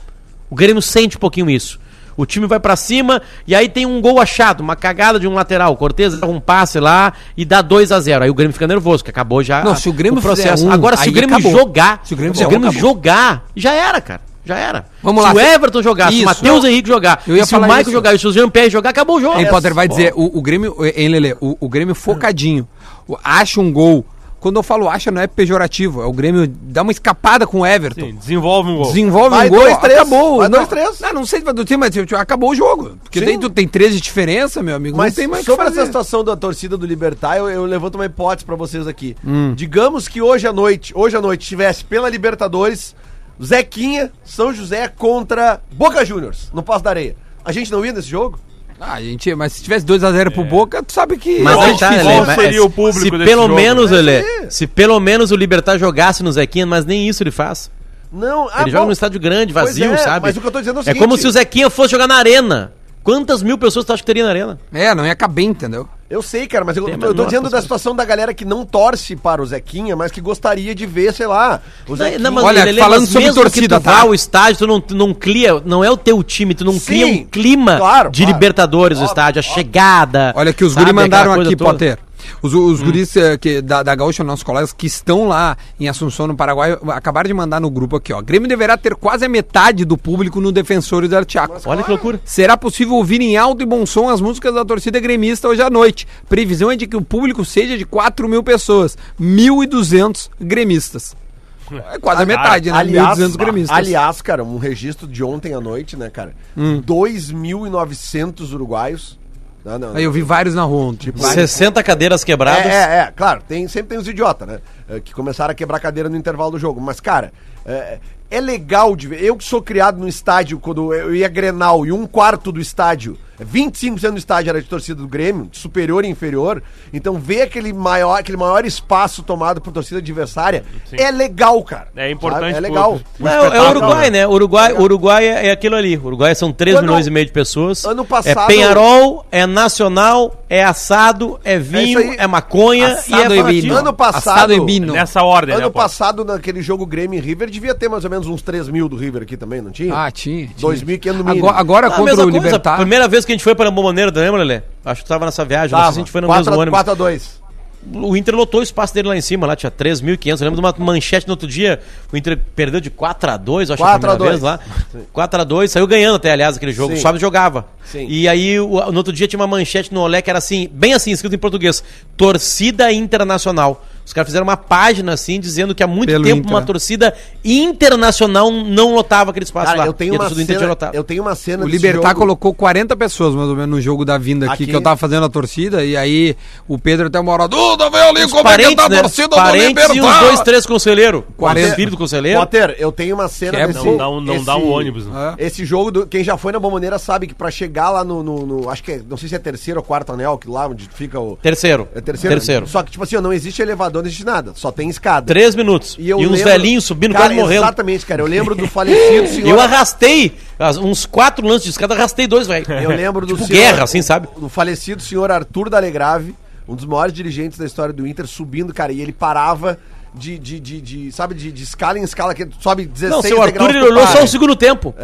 S3: O Grêmio sente um pouquinho isso. O time vai pra cima e aí tem um gol achado, uma cagada de um lateral. O Cortez dá um passe lá e dá 2 a 0 Aí o Grêmio fica nervoso, que acabou já
S7: Não,
S3: a-
S7: se o Grêmio fizer um,
S3: Agora, se
S7: aí
S3: o Grêmio
S7: acabou.
S3: jogar,
S7: Se o Grêmio
S3: se
S7: fizer
S3: o
S7: um,
S3: Grêmio
S7: acabou.
S3: jogar, já era, cara. Já era.
S7: Vamos
S3: se
S7: lá,
S3: o
S7: se-
S3: Everton jogar, se
S7: Isso,
S3: o Matheus
S7: eu-
S3: Henrique jogar,
S7: eu ia
S3: se o
S7: falar
S3: Michael
S7: isso.
S3: jogar, e se o Jean-Pierre jogar, acabou o jogo.
S7: Hein, Potter vai
S6: Bom.
S7: dizer, o, o Grêmio, eh, hein, Lelê, o, o Grêmio focadinho, o- acha um gol. Quando eu falo acha, não é pejorativo, é o Grêmio dá uma escapada com o Everton.
S4: Sim, desenvolve um gol.
S7: Desenvolve
S6: Vai
S7: um gol,
S6: dois, três,
S7: acabou.
S6: vai
S7: não,
S6: dois, três.
S7: Não, não sei se vai do time, mas tipo, acabou o jogo. Porque
S6: Sim.
S7: daí tu tem 13 de diferença, meu amigo,
S6: Mas
S7: não tem mais o que
S6: sobre
S7: fazer.
S6: essa situação da torcida do Libertar, eu, eu levanto uma hipótese pra vocês aqui. Digamos que hoje à noite, hoje à noite, tivesse pela Libertadores, Zequinha, São José contra Boca Juniors, no Passo da Areia. A gente não ia nesse jogo?
S7: Ah, gente, mas se tivesse 2x0 pro Boca, tu sabe que... é
S3: Mas
S4: Qual-
S3: aí tá,
S4: qual
S3: Lelê, mas-
S4: seria o público
S3: se
S4: desse
S3: pelo
S4: jogo?
S3: menos, Lelê,
S6: é
S3: se pelo menos o Libertar jogasse no Zequinha, mas nem isso ele faz.
S6: Não, ah,
S3: ele joga
S6: bom,
S3: num estádio grande,
S6: Pois
S3: vazio,
S6: é,
S3: sabe?
S6: mas o que eu tô dizendo é o
S3: é
S6: seguinte-
S3: como se o Zequinha fosse jogar na arena. Quantas mil pessoas tu acha que teria na arena?
S7: É, não ia caber, entendeu?
S6: Eu sei, cara, mas eu,
S3: Tem
S6: eu
S3: a
S6: tô
S3: menor
S6: dizendo da
S3: possibilidade.
S6: situação da galera que não torce para o Zequinha, mas que gostaria de ver, sei lá, o Zequinha.
S3: Não, mas,
S7: Olha,
S3: Lelê,
S7: falando
S3: mas
S7: sobre
S3: mesmo
S7: torcida,
S3: que tu vá
S7: tá?
S3: ao estádio, tu não, tu não cria, não é o teu time, tu não
S6: Sim,
S3: cria um clima
S6: claro,
S3: de
S6: claro.
S3: Libertadores no
S6: Óbvio,
S3: estádio, a chegada.
S7: Olha que os
S3: sabe,
S7: guris mandaram
S3: aquela coisa
S7: aqui,
S3: toda. Hum.
S7: Potter. Os, os guris eh, que, da, da Gaúcha, nossos colegas que estão lá em Assunção, no Paraguai, acabaram de mandar no grupo aqui, ó. Grêmio deverá ter quase a metade do público no Defensores do Artiaco.
S3: Olha que loucura.
S7: Será possível ouvir em alto e bom som as músicas da torcida gremista hoje à noite. Previsão é de que o público seja de 4 mil pessoas, 1.200 gremistas. É quase a metade, né?
S6: Aliás,
S7: 1.200 gremistas.
S6: aliás, cara, um registro de ontem à noite, né, cara?
S7: Hum.
S6: 2.900 uruguaios. Não, não, não.
S7: Aí eu vi vários na rua. ontem.
S6: Tipo,
S7: Vários.
S3: 60 cadeiras quebradas.
S6: É, é, é, claro, tem, sempre tem os idiota, né? eh, Que começaram a quebrar cadeira no intervalo do jogo. Mas, cara, é, é legal de ver. Eu que sou criado no estádio, quando eu ia Grenal e um quarto do estádio, 25% do estádio era de torcida do Grêmio, de superior e inferior. Então, ver aquele maior, aquele maior espaço tomado por torcida adversária é legal, cara.
S4: É importante
S6: sabe? É
S4: pro-
S6: legal.
S3: Não, é o Uruguai, né? Uruguai, Uruguai é é aquilo ali. Uruguai são 3
S6: Ano-
S3: milhões e meio de pessoas.
S6: ano passado-
S3: É Penharol, é Nacional, é assado, é vinho,
S6: isso aí.
S3: é maconha
S7: Assado
S3: e é
S7: e
S3: baratinho.
S7: vinho.
S6: Ano passado-
S7: Assado e vinho.
S4: Nessa ordem,
S6: É, Ano
S4: né, Paulo?
S6: passado, naquele jogo Grêmio e River, devia ter mais ou menos uns 3 mil do River aqui também, não tinha?
S7: Ah, tinha. tinha.
S6: 2.500 no mínimo.
S7: Agora, agora
S3: Ah, a
S7: contra
S3: mesma
S7: o
S3: coisa,
S7: Libertar.
S3: Primeira vez que a gente foi para Bomboneiro, tu lembra, Lelê? Acho que tu tava nessa viagem, não sei se a gente foi no mesmo ônibus.
S6: 4x2.
S3: O Inter lotou o espaço dele lá em cima, lá tinha 3.500. Eu lembro de uma manchete no outro dia, o Inter perdeu de 4 a 2 acho que
S6: 4 a 2.
S3: vez lá. 4 a 2 saiu ganhando até, aliás, aquele jogo.
S6: Sim.
S3: Sobe e jogava.
S6: Sim.
S3: E aí, o- no outro dia tinha uma manchete no Olé que era assim, bem assim, escrito em português, Torcida Internacional. Os caras fizeram uma página assim, dizendo que há muito
S7: Pelo
S3: tempo
S7: Inter,
S3: uma
S7: né?
S3: torcida internacional não lotava aquele espaço
S6: Cara,
S3: lá.
S6: eu tenho,
S3: E a
S6: uma
S3: torcida do Inter tinha
S6: cena,
S3: lotado.
S6: eu tenho uma cena
S7: O
S6: desse
S7: Libertar
S6: jogo.
S7: colocou 40 pessoas, mais ou menos, no jogo da vinda aqui,
S6: Aqui.
S7: que eu tava fazendo a torcida, e aí o Pedro até uma hora, Duda, vem ali, como é que
S3: Parentes,
S7: tá a
S3: né?
S7: torcida do
S3: Parentes
S7: Libertar?
S3: e os
S6: tá?
S3: dois, três conselheiros.
S7: Quarenta.
S3: O filho do conselheiro.
S6: Potter, eu tenho uma cena
S7: Que é
S4: Não dá um, não dá um ônibus. né?
S7: É.
S6: Esse jogo, do- quem já foi na Bomboneira sabe que pra chegar lá no, no- no- acho que é, não sei se é terceiro ou quarto anel, que lá onde fica o...
S3: Terceiro.
S6: É terceiro? Só que, tipo assim, ó, não existe elevador, não existe nada, só tem escada.
S3: Três minutos. E,
S6: eu
S3: uns
S6: lembro-
S3: velhinhos subindo,
S6: cara,
S3: quase morrendo.
S6: Exatamente, cara, eu lembro do falecido senhor...
S3: Eu arrastei as- uns quatro lances de escada, arrastei dois, velho.
S6: Eu lembro do
S3: tipo guerra, assim, sabe?
S6: Do falecido senhor Arthur Dalegrave, um dos maiores dirigentes da história do Inter, subindo, cara, e ele parava de, de, de, de- sabe, de, de escala em escala, que sobe 16
S3: Não, seu Arthur
S6: degraus
S3: ele
S6: pro
S3: olhou
S6: par.
S3: só o segundo tempo.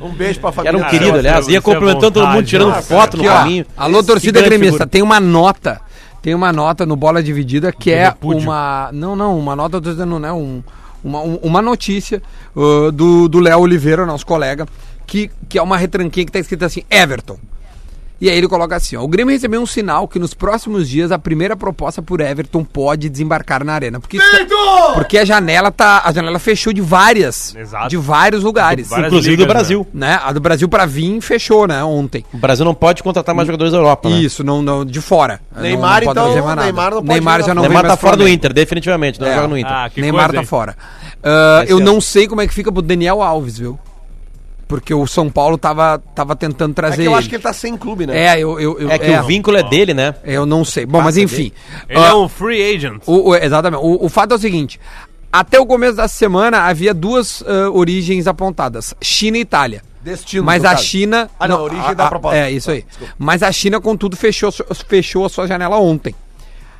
S6: Um beijo pra família.
S3: Era um
S6: do
S3: querido,
S6: senhor.
S3: aliás.
S4: Arthur,
S3: Ia
S4: isso é
S3: cumprimentando todo mundo,
S4: vontade,
S3: tirando
S4: nossa.
S3: foto
S7: Aqui,
S3: no
S7: ó,
S3: caminho.
S7: Alô, torcida
S3: Gigante
S7: gremista,
S3: figura.
S7: tem uma nota. Tem uma nota no Bola Dividida que é
S4: repúdio.
S7: uma. Não, não, uma nota, eu tô dizendo, né? Um, uma, um- uma notícia uh, do do Léo Oliveira, nosso colega, que, que é uma retranquinha que tá escrita assim: Everton. E aí ele coloca assim, ó, o Grêmio recebeu um sinal que nos próximos dias a primeira proposta por Everton pode desembarcar na arena, porque é porque a janela tá, a janela fechou de várias,
S4: Exato.
S7: de vários lugares,
S4: várias
S3: Inclusive do
S4: ligas, né?
S3: Brasil.
S7: né? A do Brasil pra vir fechou, né, ontem.
S3: O Brasil não pode contratar mais jogadores da Europa. né?
S7: Isso, não, não, de fora.
S6: Neymar,
S7: não, não pode
S6: então,
S7: reservar nada.
S6: Neymar não pode
S7: Neymar
S6: jogar
S7: já não
S6: fora.
S3: Neymar
S7: vem
S3: tá
S7: mais
S3: fora
S7: pro
S3: do
S7: Flamengo.
S3: Inter, definitivamente. Não
S7: É.
S3: joga no
S6: então.
S3: Inter.
S4: Ah, que
S7: Neymar
S4: coisa,
S7: tá
S4: hein?
S7: fora. Ah, eu
S3: ser
S7: não sei como é que fica pro Daniel Alves, viu? porque o São Paulo tava, tava tentando
S6: É
S7: trazer
S6: que eu
S7: ele.
S6: acho que ele tá sem clube, né?
S7: É, eu, eu, eu-
S3: É que o vínculo é dele, né?
S7: Eu não sei. Bom, mas enfim.
S4: Ele
S7: Ah,
S4: é um free agent.
S7: o- o- exatamente. O, o fato é o seguinte: até o começo da semana havia duas ah, origens apontadas: China e Itália.
S6: Destino,
S7: Mas
S6: no
S7: a
S6: caso.
S7: China.
S6: Ah, não, a origem da proposta.
S7: É, isso aí. Mas a China, contudo, fechou, su- fechou a sua janela ontem.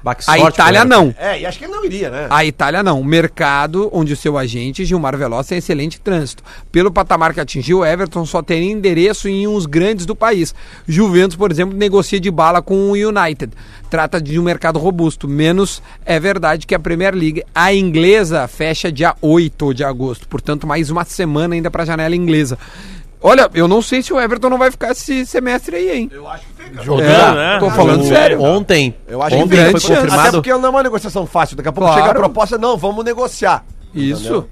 S3: Bah, que
S7: A
S3: sorte, cara.
S7: Itália não.
S6: É, e acho que ele não iria, né?
S7: A Itália não. O mercado, onde o seu agente, Gilmar Veloz, tem excelente trânsito. Pelo patamar que atingiu, Everton só teria endereço em uns grandes do país. Juventus, por exemplo, negocia de bala com o United. Trata de um mercado robusto. Menos é verdade que a Premier League, a inglesa, fecha dia 8 de agosto. Portanto, mais uma semana ainda para a janela inglesa. Olha, eu não sei se o Everton não vai ficar esse semestre aí, hein?
S3: Jogando,
S7: É,
S3: né?
S7: tô falando sério.
S3: Ontem.
S6: Eu acho
S3: ontem
S6: que
S7: grande
S3: foi
S7: chance.
S6: Até
S3: confirmado.
S6: porque não é uma negociação fácil. Daqui a pouco
S7: Claro.
S6: chega a proposta, não, vamos negociar.
S7: Isso.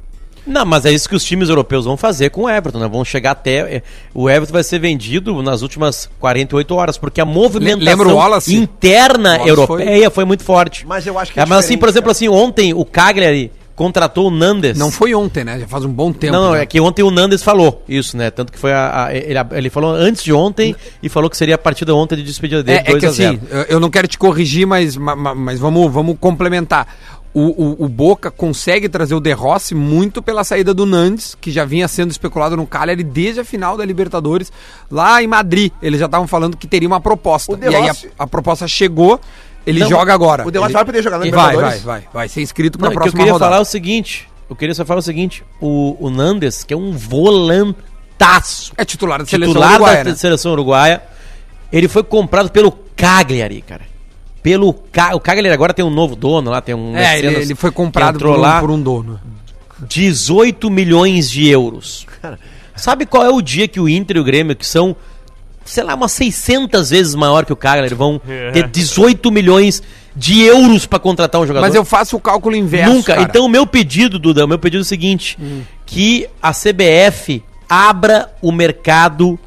S3: Não, mas é isso que os times europeus vão fazer com o Everton, né? Vão chegar até. é, O Everton vai ser vendido nas últimas 48 horas, porque a
S7: Lembra o
S3: movimentação
S7: Wallace?
S3: interna
S7: Wallace
S3: europeia foi... muito forte.
S6: Mas eu acho que
S3: É, mas assim,
S6: diferente,
S3: por exemplo,
S6: cara.
S3: assim, ontem o Cagliari contratou o Nandes.
S7: Não foi ontem, né? Já faz um bom tempo.
S3: Não, não,
S7: né?
S3: é que ontem o Nandes falou isso, né? Tanto que foi a, a- ele, ele falou antes de ontem e falou que seria a partida ontem de despedida dele,
S7: É, é
S3: 2
S7: que
S3: a 0
S7: assim, eu- eu não quero te corrigir, mas, ma- ma- mas, vamos, vamos complementar. O, o- o Boca consegue trazer o De Rossi muito pela saída do Nandes, que já vinha sendo especulado no Cagliari desde a final da Libertadores, lá em Madrid. Eles já estavam falando que teria uma proposta.
S6: O De
S7: E aí a,
S6: Rossi-
S7: a proposta chegou, ele
S3: Não,
S7: joga agora.
S6: o De Rossi
S7: Ele-
S6: vai poder jogar na
S7: e vai, vai,
S6: Libertadores?
S7: vai, vai ser inscrito
S3: Não, o
S7: para a
S3: que eu
S7: próxima
S3: queria falar é
S7: rodada.
S3: o seguinte. Eu queria só falar o seguinte. O, o Nandes, que é um volantaço.
S7: É titular da seleção
S3: titular
S7: uruguaia,
S3: da
S7: né?
S3: seleção uruguaia. Ele foi comprado pelo Cagliari, cara. Pelo Ca... O Cagliari agora tem um novo dono lá, tem um
S7: É, ele,
S3: mecenas
S7: ele foi
S3: que
S7: comprado
S3: entrou
S7: por um,
S3: lá
S7: por um dono.
S3: 18 milhões de euros. Sabe qual é o dia que o Inter e o Grêmio, que são, sei lá, umas 600 vezes maior que o Cagliari, vão
S7: É.
S3: ter 18 milhões de euros pra contratar um jogador?
S7: Mas eu faço o cálculo inverso.
S3: Nunca.
S7: cara. Hum.
S3: Então, o meu pedido, Duda, o meu pedido é o seguinte: que a CBF abra o mercado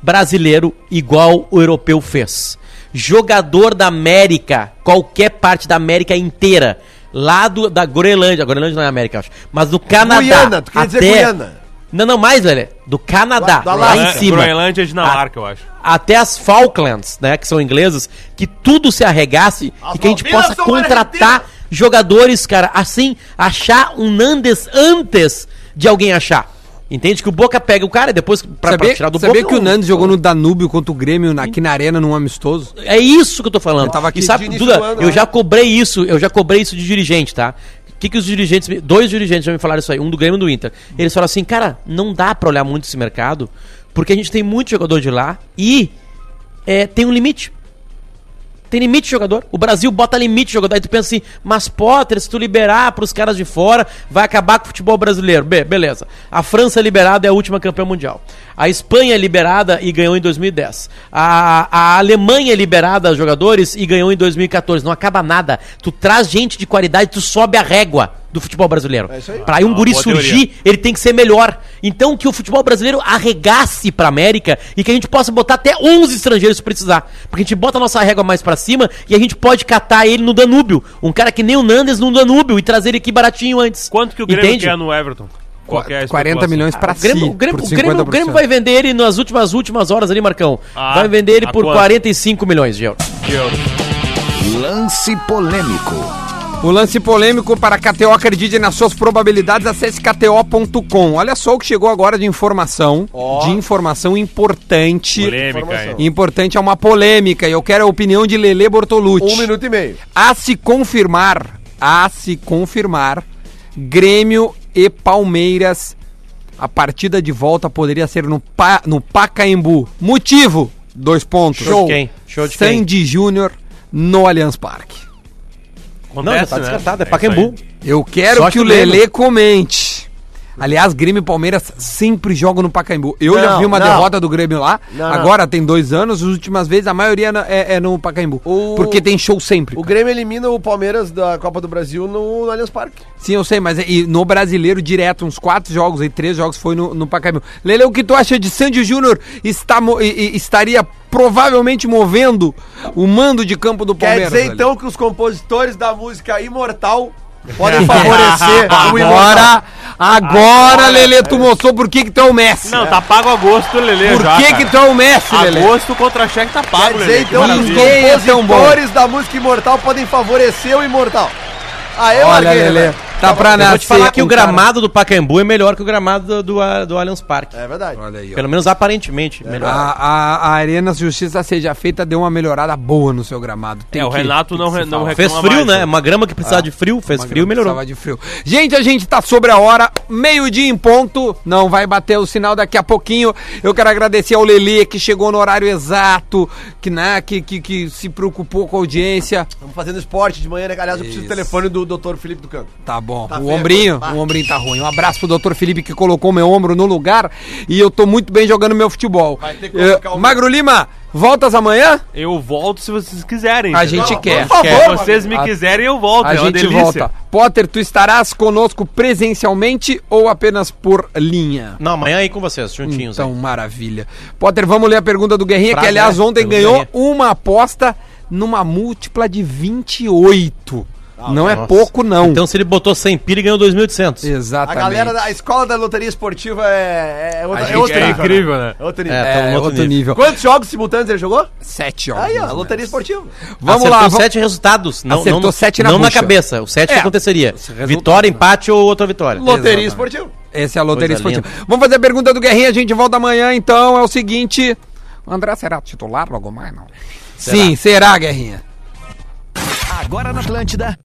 S3: brasileiro igual o europeu fez. Jogador da América, qualquer parte da América inteira, lá do, da Groenlândia, Groenlândia não é América, eu acho, mas do Canadá.
S6: Guiana, tu queria dizer Guiana.
S3: Não, não, mais, velho. Do Canadá,
S6: Da- da
S3: lá
S6: Alasca.
S3: em cima
S4: Groenlândia e Dinamarca, eu acho.
S3: até as Falklands, né, que são inglesas, que tudo se arregasse e que a gente possa contratar jogadores, cara, assim, achar um Nandes antes de alguém achar. Entende que o Boca pega o cara e depois pra,
S7: sabia
S3: pra tirar do
S7: sabia
S3: Boca.
S7: que o
S3: não-
S7: Nandes jogou no Danúbio contra o Grêmio na- aqui na arena num amistoso?
S3: É isso que eu tô falando.
S7: Eu tava aqui
S3: e
S7: de
S3: sabe,
S7: início
S3: Duda,
S7: do ano,
S3: eu
S7: né?
S3: já cobrei isso, eu já cobrei isso de dirigente, tá? O que, que os dirigentes. me- Dois dirigentes já me falaram isso aí, um do Grêmio e um do Inter. Eles falaram assim, cara, não dá pra olhar muito esse mercado, porque a gente tem muito jogador de lá e é, tem um limite. Tem limite de jogador. O Brasil bota limite de jogador. Aí tu pensa assim, mas Potter, se tu liberar pros caras de fora, vai acabar com o futebol brasileiro. Be- beleza. A França é liberada, é a última campeã mundial. A Espanha é liberada e ganhou em 2010. A, a Alemanha é liberada a jogadores e ganhou em 2014. Não acaba nada. Tu traz gente de qualidade, tu sobe a régua do futebol brasileiro.
S6: É isso aí.
S3: Pra aí um
S4: Ah,
S3: guri
S4: boa teoria.
S3: surgir, ele tem que ser melhor. Então que o futebol brasileiro arregasse pra América e que a gente possa botar até 11 estrangeiros se precisar. Porque a gente bota a nossa régua mais pra cima e a gente pode catar ele no Danúbio. Um cara que nem o Nandes no Danúbio e trazer ele aqui baratinho antes.
S4: Quanto que o Grêmio
S3: Entende?
S4: quer no Everton? Qual que é a
S7: 40
S4: especulação?
S7: milhões pra
S3: Ah, O Grêmio,
S7: si,
S3: o, Grêmio,
S7: por
S3: o, Grêmio, o Grêmio
S7: 50%.
S3: vai vender ele nas últimas últimas horas ali, Marcão.
S4: Ah,
S3: vai vender ele
S4: a
S3: por
S4: quanto?
S3: 45 milhões de euros.
S10: Lance polêmico.
S7: O lance polêmico para a KTO acredite nas suas probabilidades, acesse kto.com. Olha só o que chegou agora de informação, de informação importante.
S4: Polêmica, hein?
S7: Importante é uma polêmica e eu quero a opinião de Lele Bortolucci.
S6: Um minuto e meio.
S7: A se confirmar, a se confirmar, Grêmio e Palmeiras, a partida de volta poderia ser no, Pa- no Pacaembu. Motivo, dois pontos.
S3: Show de quem? Show de quem?
S7: Sandy Júnior no Allianz Parque.
S3: Não, já tá
S4: né?
S3: descartado, é,
S4: É
S3: Pacaembu.
S4: isso
S7: Eu quero
S3: Sorte
S7: que o
S3: do Grêmio.
S7: Lelê comente. Aliás, Grêmio e Palmeiras sempre jogam no Pacaembu. Eu já
S6: Não,
S7: vi uma
S6: não.
S7: derrota do Grêmio lá.
S6: Não, não.
S7: Agora tem dois anos, as últimas vezes a maioria na- é, é no Pacaembu.
S6: O-
S7: Porque tem show sempre.
S6: O Grêmio elimina o Palmeiras da Copa do Brasil no, no Allianz Parque.
S7: Sim, eu sei, mas é, e no brasileiro direto, uns quatro jogos aí, três jogos foi no, no Pacaembu. Lele, o que tu acha de Sandy Júnior está mo- e- e- estaria provavelmente movendo o mando de campo do
S6: Quer
S7: Palmeiras?
S6: dizer,
S7: Lelê?
S6: então, que os compositores da música Imortal podem favorecer é, o Imortal.
S7: Agora, Agora, Lelê, tu mostrou por que que tu é o Messi.
S4: Não, tá pago a gosto, Lelê.
S7: por
S4: já,
S7: que
S4: cara.
S7: que tu é o Messi,
S4: A
S7: Lelê?
S4: gosto contra cheque tá
S6: Quer
S4: pago,
S6: dizer,
S4: Lelê. que
S6: então, os
S4: maravilha.
S7: Ninguém é tão bom.
S6: compositores da música imortal podem favorecer o imortal. Aí eu
S7: Olha,
S6: larguei,
S7: Lelê,
S6: né?
S7: tá pra
S3: Eu
S7: nascer.
S3: vou te falar que o
S7: um cara-
S3: gramado do Pacaembu é melhor que o gramado do, do, do Allianz Parque.
S6: É verdade.
S7: Olha aí, ó.
S3: Pelo menos aparentemente melhor.
S7: A, a, a Arena Justiça Seja Feita deu uma melhorada boa no seu gramado. Tem
S4: É, o
S7: que-
S4: Renato
S7: tem que
S4: não
S7: se
S4: re- não
S7: falar.
S4: reclama
S3: Fez
S4: Reclama
S3: frio,
S4: mais,
S3: né?
S4: né?
S3: Uma grama que precisava de frio, fez
S7: Ah, Uma
S3: frio,
S7: grama
S3: melhorou.
S7: precisava de frio. Gente, a gente tá sobre a hora, meio-dia em ponto. Não vai bater o sinal daqui a pouquinho. Eu quero agradecer ao Lelê que chegou no horário exato, que, né, que, que, que se preocupou com a audiência.
S6: Estamos fazendo esporte de manhã, né? Aliás, eu preciso do
S7: Isso.
S6: telefone do Dr. Felipe do Campo.
S7: Tá bom.
S6: Tá
S7: o
S6: feio,
S7: ombrinho,
S6: tá.
S7: o ombrinho tá ruim. Um abraço pro doutor Felipe que colocou meu ombro no lugar e eu tô muito bem jogando meu futebol.
S6: Vai ter que colocar
S7: Eh,
S6: o-
S7: Magro Lima, voltas amanhã?
S4: Eu volto se vocês quiserem.
S7: A gente quer.
S6: por
S4: Se
S6: favor,
S4: vocês me
S7: A-
S4: quiserem, eu volto.
S7: A
S4: é uma
S7: gente
S4: delícia.
S7: volta. Potter, tu estarás conosco presencialmente ou apenas por linha?
S3: Não, amanhã aí com vocês, juntinhos.
S7: Então,
S3: aí.
S7: maravilha. Potter, vamos ler a pergunta do Guerrinha,
S3: Frase,
S7: que aliás
S3: né?
S7: ontem
S3: Pergunta
S7: ganhou
S3: do
S7: uma aposta numa múltipla de 28.
S6: Ah,
S7: não é
S3: nossa.
S7: pouco, não.
S3: Então se ele botou 100 pila, ele ganhou 2.800.
S6: A
S7: Exatamente.
S6: galera da a escola da loteria esportiva é, é outra,
S3: A
S6: é
S3: gente
S6: outro
S4: é
S6: nível, né?
S4: incrível, né?
S6: É outro nível.
S3: É,
S7: é,
S3: tá um
S7: outro,
S3: outro
S7: nível.
S6: Quantos jogos simultâneos ele jogou?
S7: Sete jogos.
S6: Aí, ó,
S7: mais
S6: a
S7: ou
S6: loteria
S7: menos.
S6: esportiva.
S7: Vamos lá, vamos...
S3: sete resultados. Não,
S7: Acertou
S3: não,
S7: sete na
S3: na Não na
S7: bucha.
S3: cabeça. O sete
S7: É.
S3: que aconteceria.
S7: resultado,
S3: Vitória,
S7: né?
S3: empate ou outra vitória.
S6: Loteria
S7: Exatamente.
S6: esportiva.
S7: Essa é a loteria
S3: Coisa
S7: esportiva. Vamos fazer a pergunta do Guerrinha, a gente volta amanhã, então. É o seguinte. André será titular logo mais, não? Sim, será, Guerrinha.
S10: Agora na Atlântida,